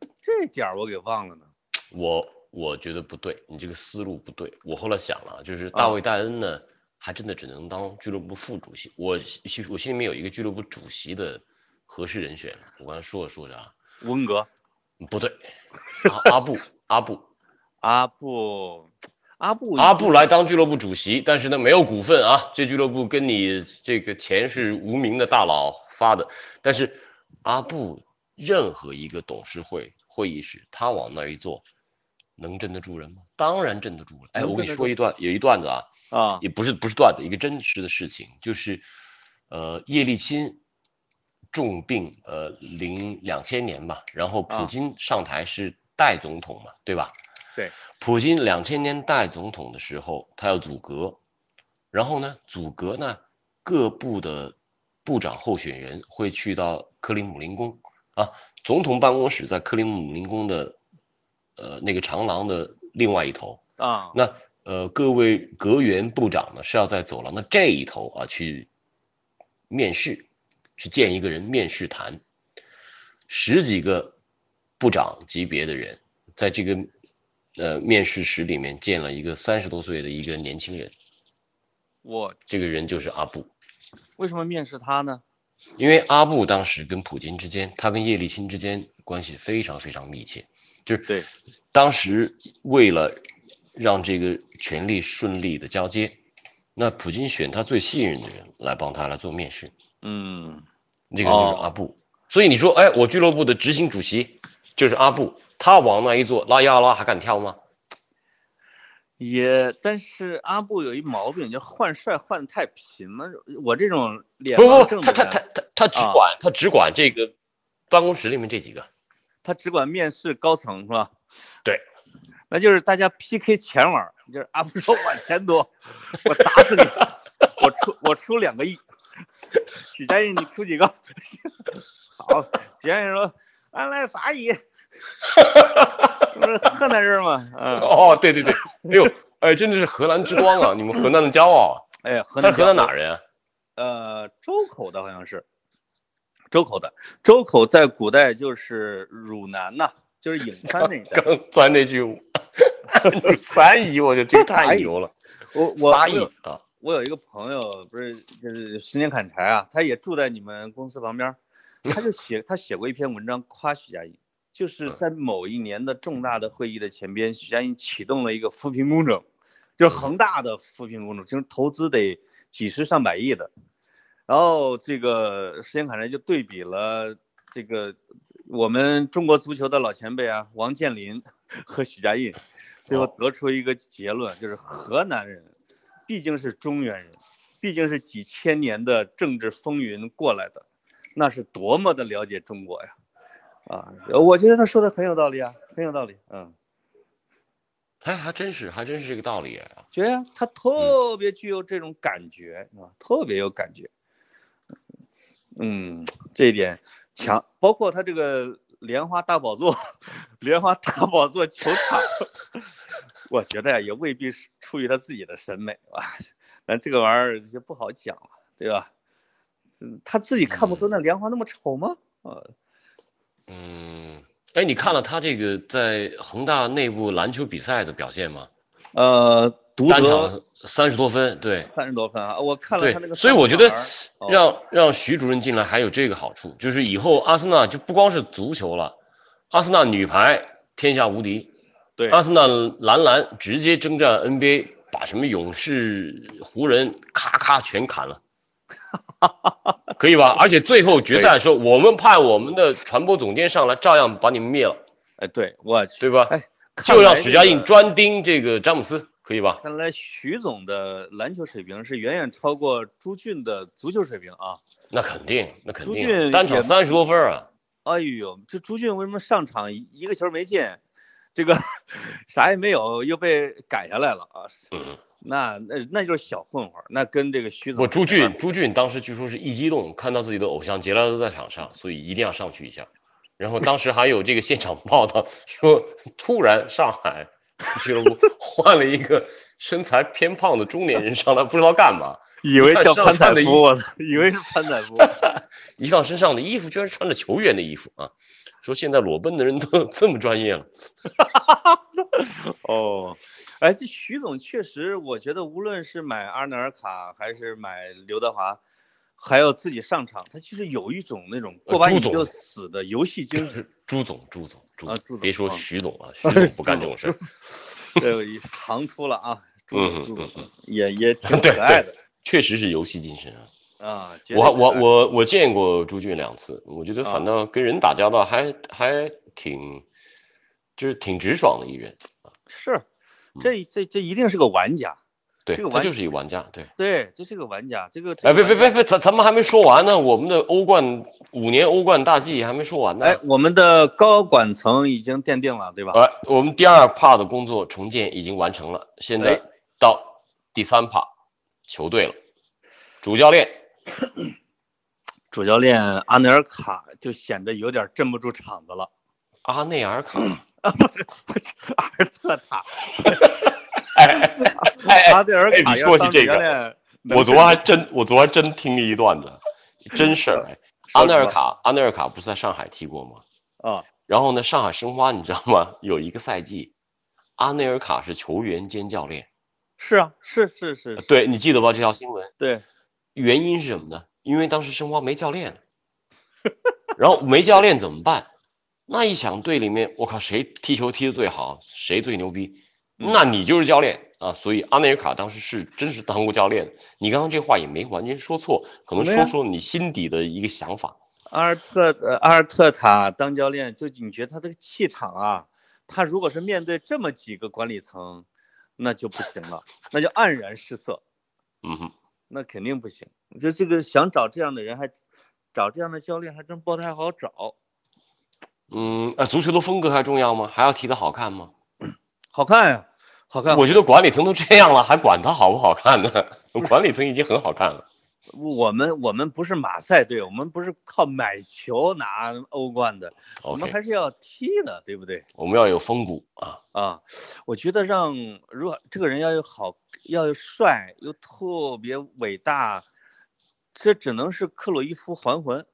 点儿我给忘了呢？我我觉得不对，你这个思路不对。我后来想了，就是大啊卫戴恩呢，还真的只能当俱乐部副主席。我心我心里面有一个俱乐部主席的合适人选，我刚才说着说着啊，温格。不对，阿阿布阿布阿布，阿布，阿布来当俱乐部主席，但是呢没有股份啊，这俱乐部跟你这个钱是无名的大佬发的，但是阿布任何一个董事会会议室，他往那儿一坐，能镇得住人吗？当然镇得住了。哎，能我跟你镇得说住一段，有一段子啊，啊，也不是不是段子，一个真实的事情，就是呃叶利钦重病，呃零两千年吧，然后普啊京上台是代总统嘛，对吧？对，普京两千年代总统的时候，他要组阁，然后呢，组阁呢，各部的部长候选人会去到克里姆林宫啊，总统办公室在克里姆林宫的呃那个长廊的另外一头，啊，那呃，各位阁员部长呢是要在走廊的这一头啊去面试，去见一个人面试谈，十几个部长级别的人在这个呃面试室里面见了一个三十多岁的一个年轻人，我这个人就是阿布，为什么面试他呢？因为阿布当时跟普京之间，他跟叶利钦之间关系非常非常密切，就是对，当时为了让这个权力顺利的交接，那普京选他最信任的人来帮他来做面试，嗯，这个就是阿布。所以你说，哎，我俱乐部的执行主席就是阿布，他往那一坐，拉呀拉还敢跳吗？也，但是阿布有一毛病，就换帅换的太频了。我这种脸不不盲不，症他的啊他人他他他只管、他只管这个办公室里面这几个，他只管面试高层是吧？对，那就是大家 PK 钱玩儿，就是阿布说我钱多， 我打死你，我出我出两个亿，许家印你出几个？ 好，许家印说俺来仨亿，不是河南人嘛，嗯，哦，对对对，哎呦，哎，真的是荷兰之光啊，你们河南的骄傲啊。哎，河他南是河南哪？人啊？呃，周口的好像是，周口的周口在古代就是汝南呐、就是颍川那一 带。 刚才那句你三姨，我就这太牛了，我我撒我姨有啊，我有一个朋友，不是就是十年砍柴啊，他也住在你们公司旁边儿，他就写他写过一篇文章夸许家印，就是嗯在某一年的重大的会议的前边，许家印启动了一个扶贫工程，就是恒大的扶贫工程，就是投资得几十上百亿的。然后这个时间砍柴就对比了这个我们中国足球的老前辈啊，王健林 和许家印，最后哦得出一个结论，就是河南人毕竟是中原人，毕竟是几千年的政治风云过来的，那是多么的了解中国呀！啊，我觉得他说的很有道理啊，很有道理，嗯。哎，还真是，还真是这个道理啊。觉呀、他特别具有这种感觉，是吧？特别有感觉。嗯，这一点强，包括他这个莲花大宝座，莲花大宝座球场， 我觉得呀，也未必是出于他自己的审美吧。但这个玩意儿就不好讲了，对吧？嗯他自己看不出那莲花那么丑吗？呃，嗯，哎，你看了他这个在恒大内部篮球比赛的表现吗？呃，独单得场三十多分，对，三十多分啊，我看了对他那个，所以三我个觉得小孩儿哦让让徐主任进来还有这个好处，就是以后阿森纳就不光是足球了，阿森纳女排天下无敌，对阿森纳男篮直接征战 NBA，把什么勇士、湖人咔咔全砍 了。可以吧？而且最后决赛的时候，我们派我们的传播总监上来，照样把你们灭了，哎，对我去，对吧？哎看就让来史这家个印专盯这个詹姆斯，可以吧？看来徐总的篮球水平是远远超过朱俊的足球水平啊！那肯定，那肯朱定，俊单场也三十多分啊！哎呦，这朱俊为什么上场一一个球没进，这个 啥也没有，又被赶下来了啊？嗯， 那那那就是小混混儿，那跟这个徐总我朱没俊法，朱俊当时据说是一激动，看到自己的偶像杰拉德在场上，所以一定要上去一下。然后当时还有这个现场报道说，突然上海俱乐部换了一个身材偏胖的中年人上来，不知道干嘛。 以为看叫上潘他采的夫，衣我操，以为是潘采 夫，一看身上的衣服，居然穿着球员的衣服啊！说现在裸奔的人都这么专业了，哦，哎，这徐总确实，我觉得无论是买阿纳尔卡还是买刘德华，还有自己上场，他就是有一种那种呃过把朱瘾总就死的游戏 精神。朱总，朱总，朱啊朱总，总别说啊徐总啊，徐总不干这种事儿。 这个也唐突了啊，朱嗯总嗯朱总也也挺对可爱的确实是游戏精神啊！啊。绝对我可我爱我我见过朱俊两次，我觉得啊反倒跟人打交道还还挺，就是挺直爽的一人。是，嗯这这这一定是个玩家，对，这个他玩就是一个玩家。对，对，这是个玩家，这个哎，别别，别这个玩别，咱咱们还没说完呢，我们的欧冠五年欧冠大计还没说完家呢。哎，我们的高管层已经奠定了，对吧？哎，我们第二帕的工作重建已经完成了，现在哎到第三帕，球队了，主教练主教练阿内尔卡就显得有点镇不住场子了。 阿内尔卡。啊，不是不是，阿尔特塔，哎哎哎哎阿内尔卡你要说起当主这教个练能我镇昨晚还真，我昨晚还真听了一段子，真事 儿。哎说阿什内么尔卡，阿内尔卡不是在上海踢过吗？啊，然后呢，上海申花你知道吗？ 有一个赛季，阿内尔卡是球员兼教练。是啊，是是是，是对你记得吧？这条新闻对，原因是什么呢？因为当时申花没教练了，然后没教练怎么办？那一想队里面，我靠，谁踢球踢得最好，谁最牛逼，嗯那你就是教练啊！所以阿内尔卡当时是真是当过教练的。你刚刚这话也没完全说错，可能没啊说出了你心底的一个想法。阿尔特呃阿尔特塔当教练，就你觉得他这个气场啊，他如果是面对这么几个管理层，那就不行了，那就黯然失色，嗯哼，那肯定不行。就这个想找这样的人还，找这样的教练还真不太好找。嗯，呃，足球的风格还重要吗？还要踢得好看吗？好看呀、好看。我觉得管理层都这样了，还管他好不好看呢？ 管理层已经很好看了。我们我们不是马赛队，我们不是靠买球拿欧冠的，我们 OK，还是要踢的，对不对？我们要有风骨啊！啊，我觉得让如果这个人要有好，要有帅，又特别伟大，这只能是克鲁伊夫还魂。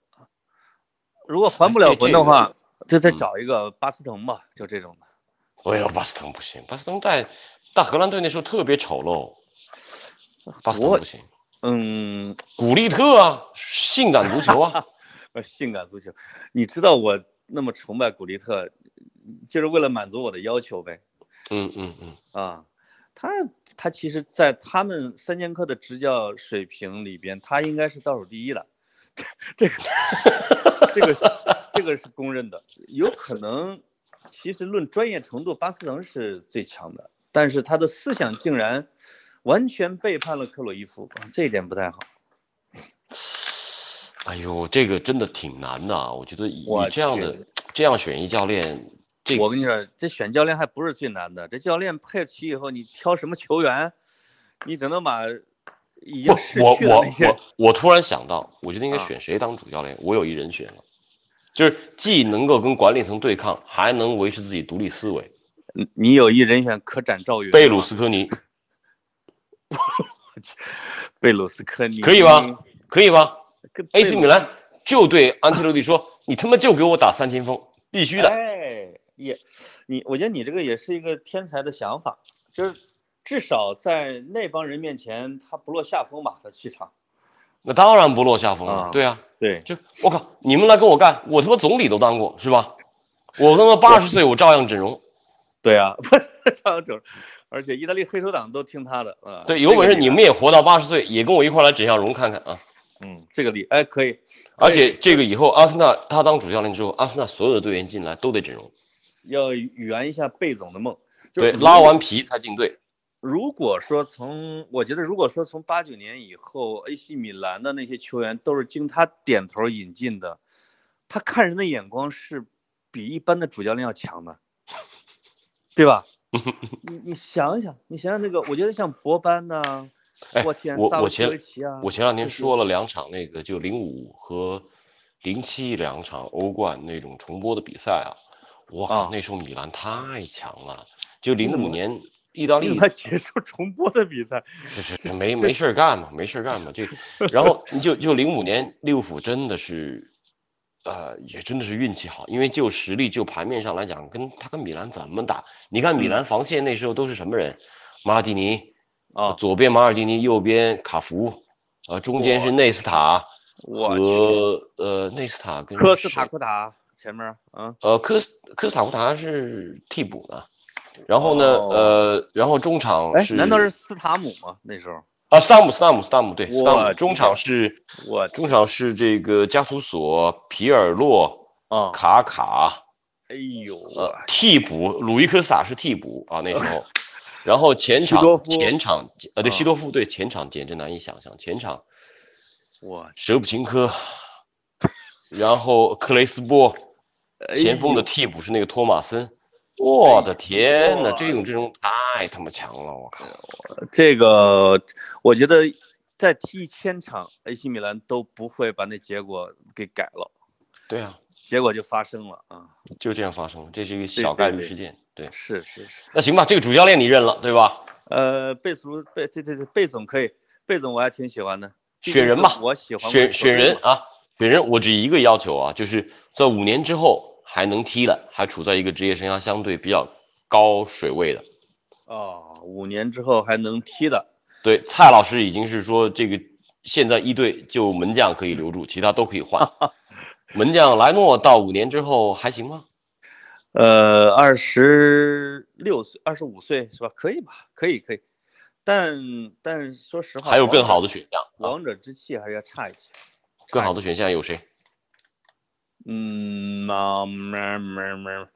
如果还不了魂的话，就再嗯找一个巴斯滕吧，就这种的。哎呦，巴斯滕不行，巴斯滕在在荷兰队那时候特别丑陋，巴斯我滕不行。嗯，古利特啊，性感足球 啊，呃性感足球，你知道我那么崇拜古利特，就是为了满足我的要求呗。嗯嗯嗯，啊，他他其实，在他们三剑客的执教水平里边，他应该是倒数第一的，这个这个是这个是公认的。有可能，其实论专业程度，巴斯滕是最强的，但是他的思想竟然完全背叛了克鲁伊夫，这一点不太好。哎呦，这个真的挺难的啊，我觉得以我以这样的这样选一教练，这我跟你说，这选教练还不是最难的，这教练配齐以后，你挑什么球员，你只能把已不经逝我去的我那些我我突然想到，我觉得应该啊选谁当主教练，我有一人选了，就是既能够跟管理层对抗，还能维持自己独立思维，你你有一人选可斩赵云，贝鲁斯科尼贝鲁斯科尼可以吗？可以吗跟贝鲁？AC 米兰就对安切洛蒂说，你他妈就给我打三前锋，必须的，哎，也，你我觉得你这个也是一个天才的想法，就是至少在那帮人面前他不落下风吧，他气场。那当然不落下风了啊，对啊。对，就我靠，你们来跟我干，我他妈总理都当过是吧？我他妈八十岁我照样整容，对啊， 不是张总，而且意大利黑手党都听他的啊。对，这有个本事理你啊们也活到八十岁，也跟我一块来整下容看看啊！嗯，这个理哎可以，而且这个以后阿森纳他当主教练之后，阿森纳所有的队员进来都得整容，要圆一下贝总的梦。就是对，如拉果完皮才进队。如果说从，我觉得如果说从八九年以后，AC 米兰的那些球员都是经他点头引进的，他看人的眼光是比一般的主教练要强的，对吧？你你想一想，你想想那个，我觉得像博班呐、哎，我天，我萨我维科前维奇啊，我前两天这些说了两场那个就零五和零七两场欧冠那种重播的比赛啊，我啊嗯靠，那时候米兰太强了，就零怎么五年意大你利 怎么结束重播的比赛？是是没没事儿干嘛，没事儿干嘛。 这，然后你就就零五年利物浦真的是，呃，也真的是运气好，因为就实力就盘面上来讲，跟他跟米兰怎么打？你看嗯米兰防线那时候都是什么人？马尔蒂尼，啊左边马尔蒂尼，右边卡福，呃，中间是内斯塔我去，和呃内斯塔跟科斯塔谁库塔前面啊，呃，科斯科斯塔库达是替补的，然后呢，哦呃，然后中场哎是，难道是斯塔姆吗？那时候，啊，斯塔姆斯塔姆斯塔姆对，斯我塔姆中天场是。我中场是这个加图索、皮尔洛、啊，卡卡，哎呦，呃，替补鲁伊科萨是替补啊，那时 候，然后前西多场夫前场呃对啊西多夫对前场简直难以想象，前场我舍甫琴 科，然后克雷斯波，哎前锋的替补是那个托马森，我的天呐，这种阵容太他妈强了，我靠！啊这个我觉得再踢一千场，AC 米兰都不会把那结果给改了，对啊，结果就发生了啊！就这样发生了，这是一个对小对概率对事件。对，是是是，那行吧，这个主教练你认了对吧？呃，贝斯卢贝对对对，贝总可以，贝总我还挺喜欢的，毕竟选人是吧我喜欢选选人啊，啊，选人，我只一个要求啊，就是在五年之后还能踢的，还处在一个职业生涯相对比较高水位的。哦，五年之后还能踢的，对，蔡老师已经是说这个现在一队就门将可以留住，其他都可以 换。门将莱诺到五年之后还行吗？呃，二十六岁，二十五岁是吧？可以吧？可以可以，但但说实话，还有王更者好的选项啊，王者之气还是要差一些。更哎好的选项有谁？嗯，那么么么，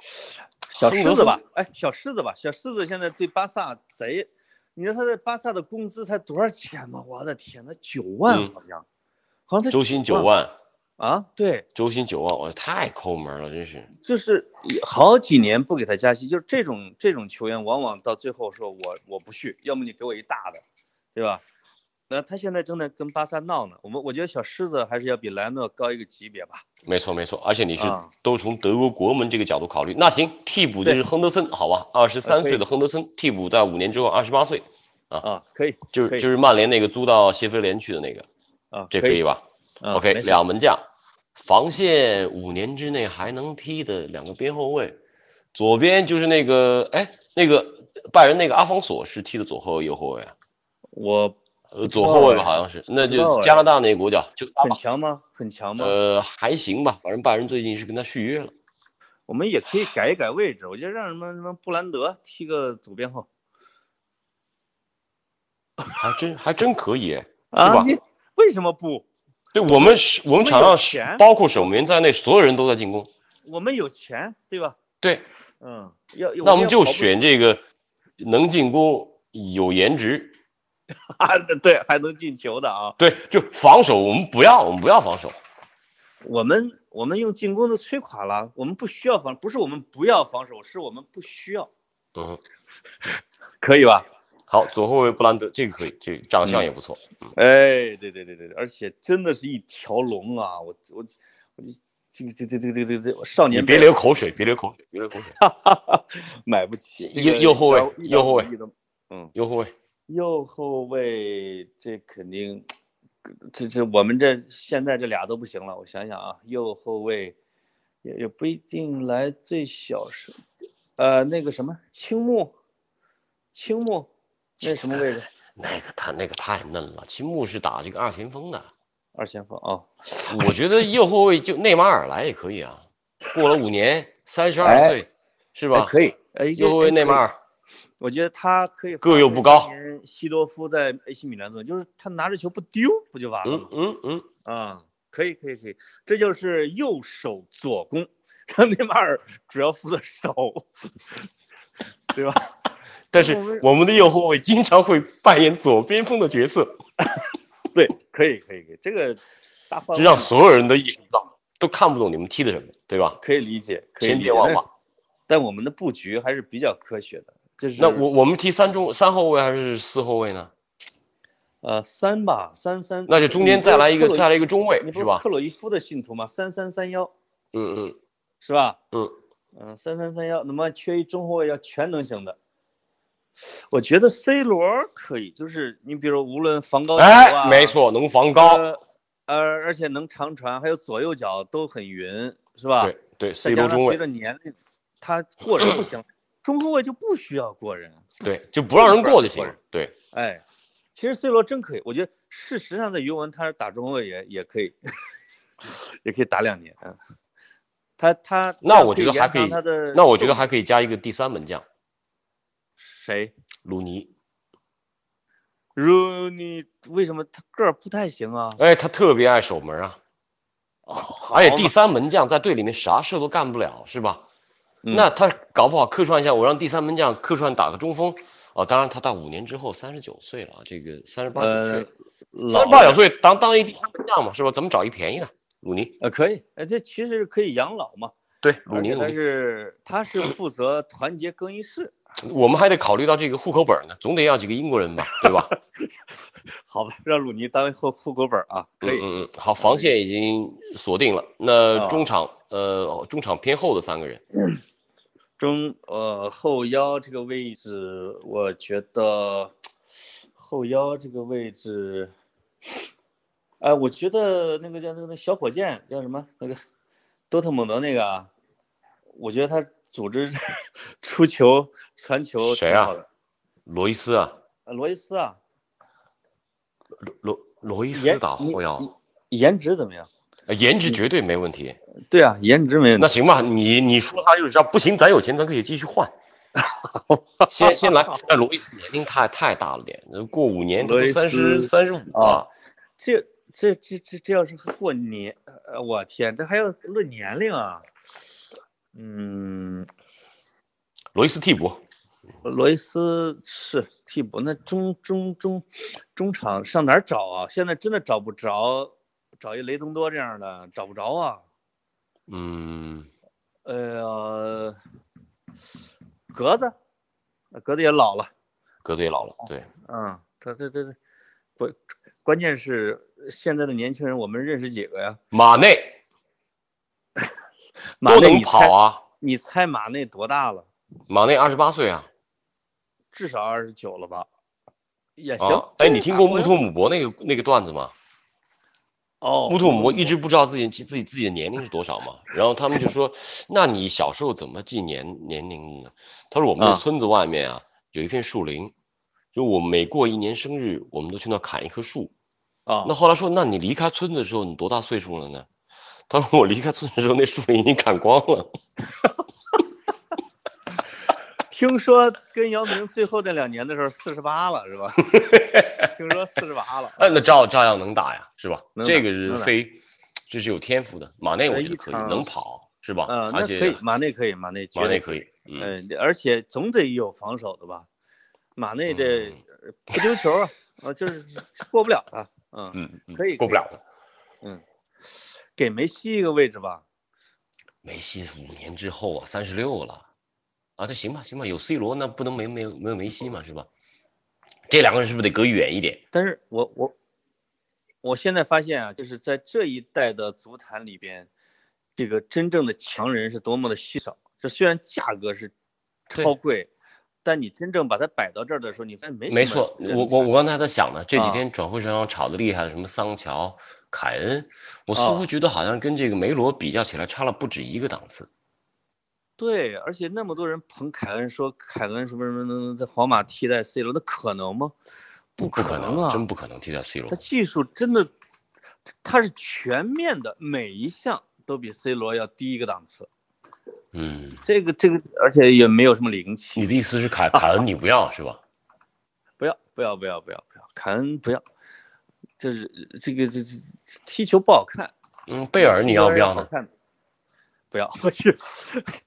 小亨狮德子森吧，哎，小狮子吧，小狮子现在对巴萨贼，你知道他在巴萨的工资才多少钱吗？我的天呐，九万嗯好像，好像才周薪九万，啊，对，周薪九万，我太抠门了，真是。就是好几年不给他加薪，就是这种这种球员，往往到最后说我我不续，要么你给我一大的，对吧？那他现在正在跟巴萨闹呢，我们我觉得小狮子还是要比莱诺高一个级别吧。没错没错，而且你是啊都从德国国门这个角度考虑，那行，替补就是对亨德森，好吧，二十呃三可以岁的亨德森，替补在五年之后二十八岁，啊，可以就可以是就是曼联那个租到谢菲联去的那个，啊，这可以吧嗯？OK，没事两门将，防线五年之内还能踢的两个边后卫，左边就是那个哎那个拜仁那个阿方索是踢的左后卫右后卫啊，我呃左后哎卫吧好像是，那就加拿大那个国脚就阿很巴强吗？很强吗？呃还行吧，反正拜仁最近是跟他续约了，我们也可以改一改位置，我觉得让什么什么布兰德踢个左边后还真还真可以哎，是啊？吧你为什么不？对我们是我们场我们有上是钱包括守门员在内，所有人都在进攻。我们有钱，对吧？对，嗯，要那我们就要跑步选这个能进攻、有颜值。 啊，对，还能进球的啊。对，就防守我们不要，我们不要防守。我们我们用进攻都摧垮了，我们不需要防，不是我们不要防守，是我们不需要，嗯，可以吧？好，左后卫布兰德这个可以，这个长相也不错。哎，对对对对，对而且真的是一条龙啊！我我我这个这个这个这个这个这个少你年别辈流口水，别流口水，别流口水。买不起，这右个右后卫一点五右后卫亿都，嗯，右后卫，右后卫这肯定，这这我们这现在这俩都不行了。我想想啊，右后卫也也不一定来最小是，呃，那个什么青木，青木那什么位置？那个他那个太嫩了。青木是打这个二前锋的，二前锋啊、我觉得右后卫就内马尔来也可以啊。过了五年，三十二哎岁，是哦，哎吧？可以，哎，右后卫内马尔。尔。我觉得他可以个又不高发挥当年西多夫在 AC 米兰做，就是他拿着球不丢，不就完了嗯吗？嗯嗯，啊，可以可以可以，这就是右手左攻，让内马尔主要负责手， 对吧？但我们是我们的右后卫经常会扮演左边锋的角色，对，可以可以可以，这个大范这围让所有人都意识到，都看不懂你们踢的什么，对吧？可以理解，可以千理变解。万但化。但我们的布局还是比较科学的，就是那我我们踢三中三后卫还是四后卫呢？呃三吧，三三，那就中间你不是再来一克个鲁伊再来一个中卫你不是吧克？鲁伊夫的信徒吗？三三三幺嗯嗯是吧？嗯，嗯，三三三幺，那么缺一中后卫要全能型的。我觉得 C 罗可以，就是你比如无论防高球啊，哎，没，错，能防高，呃，而而且能长传，还有左右脚都很匀，是吧？对对再，C 加罗上中随卫，着年龄，他过人不行，中后卫就不需要过人。对，就不让人过就不行是了。对，哎，其实 C 罗真可以，我觉得事实上在尤文他是打中后卫也也可以， 也可以打两年。嗯他他那这样我觉得延还可长以他的那我觉得寿还可以加一个第三门将谁？鲁尼，如你为什么他个儿不太行啊？哎，他特别爱守门啊，哦而且第三门将在队里面啥事都干不了，是吧？嗯那他搞不好客串一下，我让第三门将客串打个中锋啊。当然，他到五年之后三十九岁了，这个三十八九呃岁，三老十八九岁当当一第三门将嘛，是吧？咱们找一便宜的，鲁尼。呃可以，呃这其实可以养老嘛。对，鲁而尼，且鲁他尼。是他是负责团结更衣室，我们还得考虑到这个户口本 呢，总得要几个英国人吧，对吧？嗯好吧，让鲁尼当后户口本啊，可以。嗯嗯嗯，好，防线已经锁定了。啊那中场，呃，中场偏后的三个人，中呃后腰这个位置，我觉得后腰这个位置，哎、我觉得那个叫那个那小火箭叫什么那个多特蒙德那个啊，我觉得他组织 出球传球挺谁啊好的，罗伊斯啊，呃罗伊斯啊，罗罗罗伊斯颜嗯打后你腰，你颜值怎么样？呃颜值绝对没问题。对啊，颜值没问那题。行吧，你你说他就是这样，不行，咱有钱，咱可以继续 换。先先来，那罗伊斯年龄太太大了点，过五年他罗伊都斯三十三十五啊了。这这这这这要是过年，呃，我天，这还要论年龄啊？嗯，罗伊斯替补，罗伊斯是替补，那中中中中场上哪儿找啊？现在真的找不着，找一雷东多这样的找不着啊。嗯，呃，格子，那格子也老了，格队老了，对，嗯，他他他他，不，关键是现在的年轻人，我们认识几个呀？马内马多内，能你猜跑啊，你猜马内多大了？马内二十八岁啊，至少二十九了吧？也行哦啊，。哎，你听过穆我托姆博那个那个段子吗？哦，穆图姆一直不知道自己自己自己的年龄是多少嘛，然后他们就 说，那你小时候怎么记年年龄的呢？他说我们啊的村子外面啊有一片树林，就我每过一年生日，我们都去那砍一棵树。啊，那后来说，那你离开村子的时候，你多大岁数了呢？他说我离开村子的时候，那树林已经砍光了。听说跟姚明最后那两年的时候四十八了是 吧？听说四十八了， 哎，那照照样能打呀，是吧能？打这个是能打非，这是有天赋的。马内我那觉一得可以，场能跑是吧？嗯，那而可且以，马内可以，马内绝马内对以，可以，嗯，嗯，而且总得有防守的吧？马内这嗯呃不丢球啊，啊，就是过不了啊，嗯，嗯嗯可以过不可以了的。给梅西一个位置吧，梅西五年之后啊，三十六了，啊，那行吧，行吧，有 C 罗那不能没没有没有梅西嘛，是吧？这两个人是不是得隔远一点？但是我我我现在发现啊，就是在这一代的足坛里边，这个真正的强人是多么的稀少。这虽然价格是对超贵，但你真正把它摆到这儿的时候，你发现没什么没错，人我才我我刚才还在想呢，这啊几天转会市场上炒的厉害的什么桑乔、凯恩，我似啊乎觉得好像跟这个梅罗比较起来差了不止一个档次。对，而且那么多人捧凯恩，说凯恩什么什么能在皇马替代 C 罗，那可能吗？不不可能真啊！不可能替代 C 罗他。技术真的，他是全面的，每一项都比 C 罗要低一个档次。嗯，这个这个，而且也没有什么灵气。你的意思是凯凯恩你不要是吧？不要不要不要不要不要，凯恩不要，就是这个这这踢球不好看。嗯，贝尔你要不要好呢？看的？不要，我去，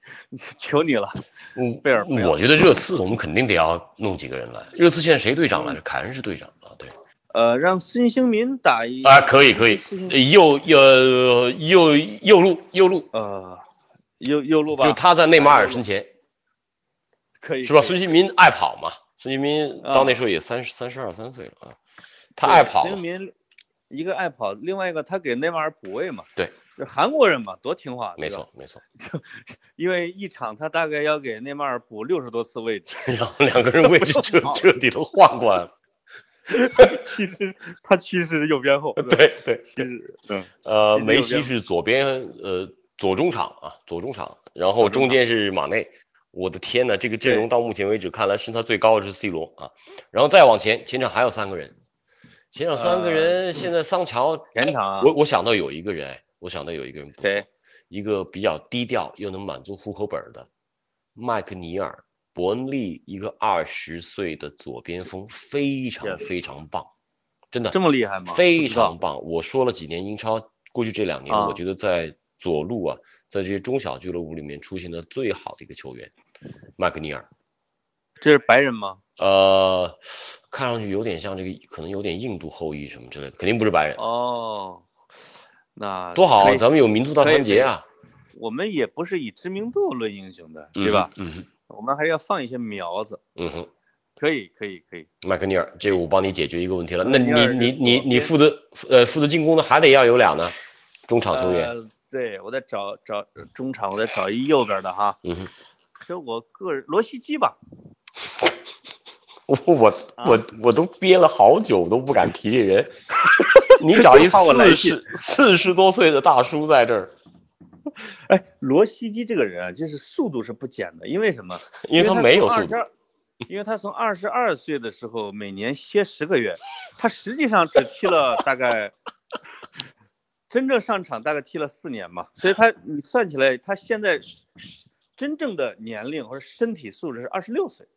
求你了。嗯，贝尔不要我觉得热刺我们肯定得要弄几个人来。热刺现在谁队长来着？凯恩是队长啊，对。呃，让孙兴民打一啊，可以可以孙兴，民右右右右路右路，呃，右右路吧，就他在内马尔身前可以是吧？可以孙兴民爱跑嘛，孙兴民啊到那时候也三十三十二三岁了啊，他对爱跑孙嘛兴，民一个爱跑，另外一个他给内马尔补位嘛。对，这韩国人嘛，多听话。没对吧错，没错，因为一场他大概要给内马尔补六十多次 位置，然后两个人位置彻彻底都换过来了，其实他其实是右边后，吧，呃对对，其实嗯呃，梅其实右西边是左边呃左中场啊左中场，然后中间是马内。我的天呐，这个阵容到目前为止看来身材最高的是 C 罗啊，然后再往前，前场还有三个人，前场三个人，现在桑乔前场啊我我想到有一个人，我想到有一个人不错，谁一个比较低调又能满足户口本儿的麦克尼尔，伯恩利一个二十岁的左边锋，非常 Yes 非常棒，真的这么厉害吗？非不知道常棒。我说了几年英超，过去这两年啊我觉得在左路啊，在这些中小俱乐部里面出现的最好的一个球员，麦克尼尔。这是白人吗？呃，看上去有点像这个，可能有点印度后裔什么之类的，肯定不是白人。哦，那多好可啊，以咱们有民族大可以团结啊，我们也不是以知名度论英雄的，嗯对吧？？嗯哼我们还是要放一些苗子，嗯哼，可以可以可以。麦克尼尔，这个我帮你解决一个问题了。那麦克你尼你尔是你左你边负责呃负责进攻的还得要有俩呢，中场球员。呃，对我再找找中场，我再找一右边的哈。嗯哼，这我个人罗西基吧，我我啊我我都憋了好久，我都不敢提这人。 你找一就怕我来四信十四十多岁的大叔在这儿，哎，罗西基这个人啊，就是速度是不减的，因为什么？因为他没有速度。度。因为他从二十二岁的时候每年歇十个月，他实际上只踢了大概，真正上场大概踢了四年嘛，所以他你算起来，他现在是是真正的年龄或者身体素质是二十六岁，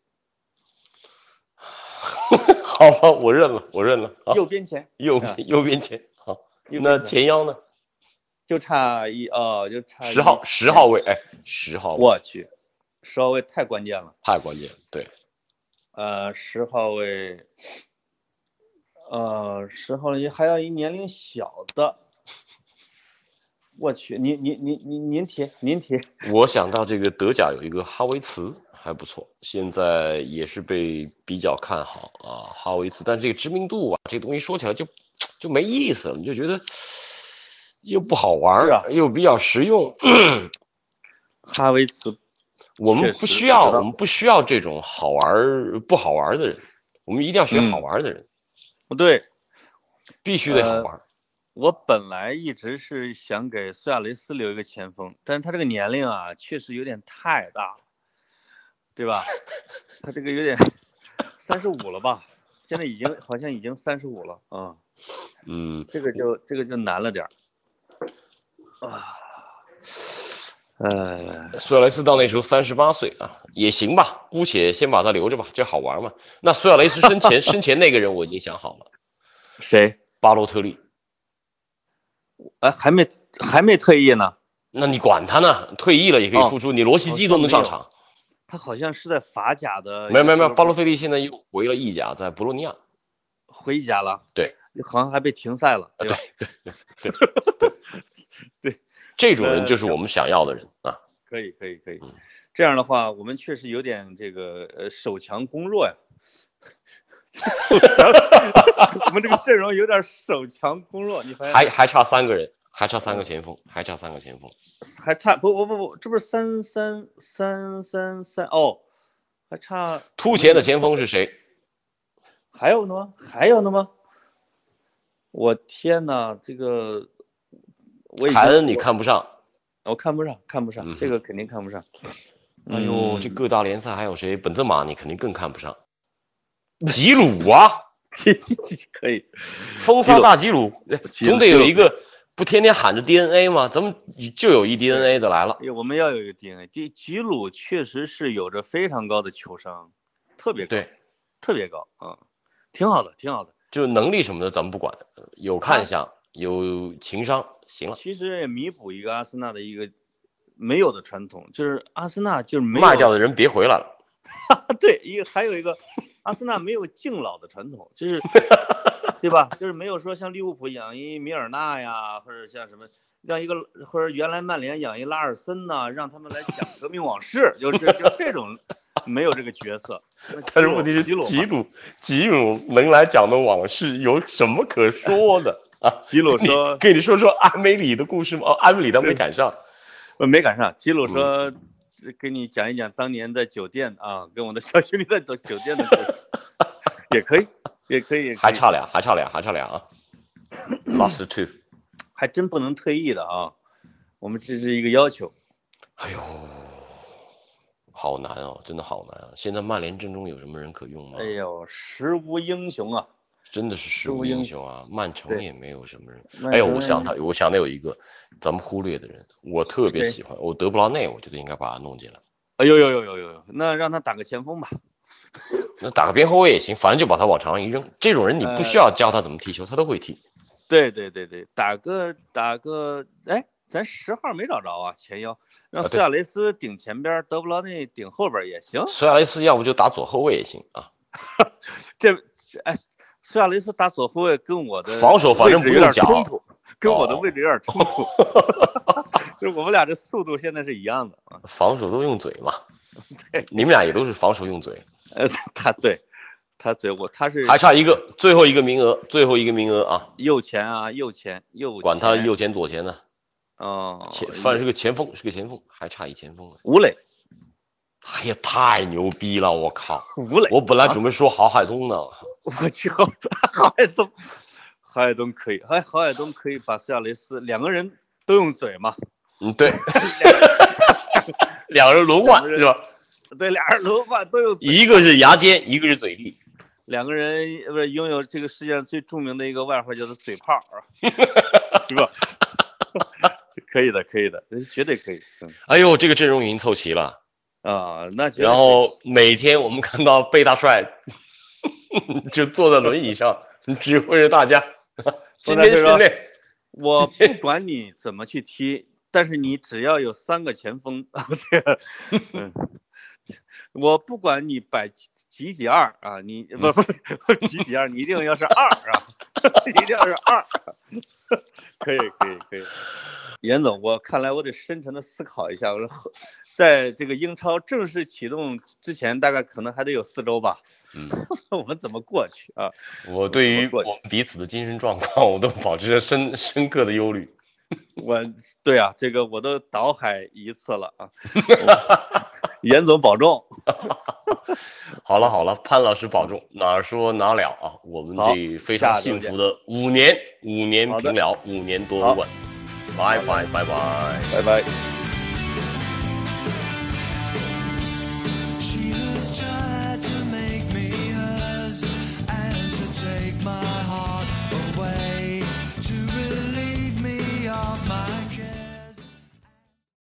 好吧，我认了，我认了。好右边前右啊边右边前，好，右边那前前腰呢？就差一哦，就差十号一十号位，哎，十号位我去，十号位太关键了。太关键了，对，呃，十号位，呃，十号位还要一年龄小的。我去，您您您您您提您提，我想到这个德甲有一个哈维茨还不错，现在也是被比较看好啊，哈维茨。但这个知名度啊，这东西说起来就就没意思了，你就觉得又不好玩是儿，啊又比较实用。哈维茨我确们实不需不要，知道我们不需要这种好玩儿不好玩儿的人，我们一定要学嗯好玩儿的人，不对，必须得好呃玩儿。我本来一直是想给苏亚雷斯留一个前锋，但是他这个年龄啊，确实有点太大了，对吧？他这个有点三十五了吧？现在已经好像已经三十五了啊、嗯，这个就这个就难了点儿啊。呃，苏亚雷斯到那时候三十八岁啊，也行吧，姑且先把他留着吧，这好玩嘛。那苏亚雷斯生前 生前那个人我已经想好了，谁？巴洛特利。哎，还没还没退役呢，那你管他呢？退役了也可以哦复出，你罗西基都能上场。他好像是在法甲的，没有没哦有没有，巴洛特利现在又回了意甲，在博洛尼亚。回家了，对，啊好像还被停赛了，对吧？这种人就是我们想要的人啊。可以可以可以嗯，这样的话，我们确实有点这个呃守强攻弱呀。 守强，我们这个阵容有点守强攻弱，你发现还还差三个人，还差三个前锋，还差三个前锋。还差不不不不，这不是三三三三三哦，还差突前的前锋是谁？还有呢吗？还有呢吗？我天哪，这个我已经凯恩你看不上。我哦看不上，看不上，这嗯哼个肯定看不上。哎呦，嗯这各大联赛还有谁？本泽马你肯定更看不上。吉鲁啊， 这这这可以， 风骚大吉鲁，哎吉鲁总得有一个不天天喊着 DNA 吗？咱们就有一 DNA 的来了。哎我们要有一个 DNA。吉吉鲁确实是有着非常高的球商，特别高，对，特别高啊、嗯，挺好的，挺好的。就能力什么的咱们不管，有看相，有情商，行了，其实也弥补一个阿森纳的一个没有的传统，就是阿森纳就是没有卖掉的人别回来了。 对，一个还有一个，阿森纳没有敬老的传统， 就是，对吧？就是没有说像利物浦养一米尔纳呀，或者像什么让一个或者原来曼联养一拉尔森呐、让他们来讲革命往事，就这就这 种没有这个角色。那但是吉鲁问题是，吉鲁吉嘛鲁吉鲁能来讲的往事有什么可说的啊？吉 鲁你说给你说说阿梅里的故事吗？哦，阿梅里他没赶上，呃没赶上，吉嗯鲁说跟你讲一讲当年在酒店啊，跟我的 小兄弟在酒店的故事，也可以，也可以，也可还以差俩，还差俩，还差俩啊！Last two，还真不能退役的啊，我们这是一个要求。哎呦，好难哦，真的好难啊！现在曼联阵中有什么人可用吗哎？呦，时无英雄啊！真的是十十五无英英雄啊！曼城对也没有什么人。曼哎呦，城我想他，我想到有一个咱们忽略的人，我特别谁喜欢，我德布劳内，我觉得应该把他弄进来。哎呦呦呦呦呦，那让他打个前锋吧。那打个边后卫也行，反正就把他往场上一扔。这种人你呃不需要教他怎么踢球，他都会踢。对对对对，打个打个，哎，咱十号没找着啊，前腰，让啊苏亚雷斯顶前边，德布劳内顶后边也行。苏亚雷斯要不就打左后卫也行啊，这这哎，苏亚雷斯打左后卫跟我的防守反正位置不有用点讲冲突，跟我的哦位置有点冲 突。就是我们俩这速度现在是一样的啊。防守都用嘴 嘛。你们俩也都是防守用嘴，呃，他对，他对我他是还差一个，最后一个名额，最后一个名额啊，右前啊，右前右管他前右前左前呢，哦，前反正是个前锋，是个前锋，还差一前锋啊。吴磊，哎呀，太牛逼了，我靠！吴磊，我本来准备说郝海东 呢，我去，郝郝海东，郝海东可以，哎，郝海东可以把苏亚雷斯两个人都用嘴嘛，嗯， 对，两人轮换两个人是吧？对，俩人轮换都用嘴，一个是牙尖，一个是嘴利，两个人呃不是拥有这个世界上最著名的一个外号叫做“嘴炮”， 对吧？ 可以的，可以的，绝对可以。嗯哎呦，这个阵容已经凑齐了。啊，那绝对可以然后每天我们看到贝大帅就坐在轮椅上指挥着大家，今天训练我不管你怎么去踢，但是你只要有三个前锋， 这个，嗯，我不管你摆几几几二啊，你不不不几几二，你一定要是二啊， 一定要是二，啊 可以可以可以。严总，我看来我得深沉的思考一下，我说，在这个英超正式启动之前，大概可能还得有四周吧， 嗯，我们怎么过去啊？我对于过我去们彼此的精神状况，我都保持着深深刻的忧虑。 我对啊，这个我都倒海一次了啊。我严总保重，好了好了，潘老师保重，哪儿说哪儿了啊！我们好这非常下周幸见福的五年，五年好的平辽，五年夺好冠，拜拜拜拜。拜拜。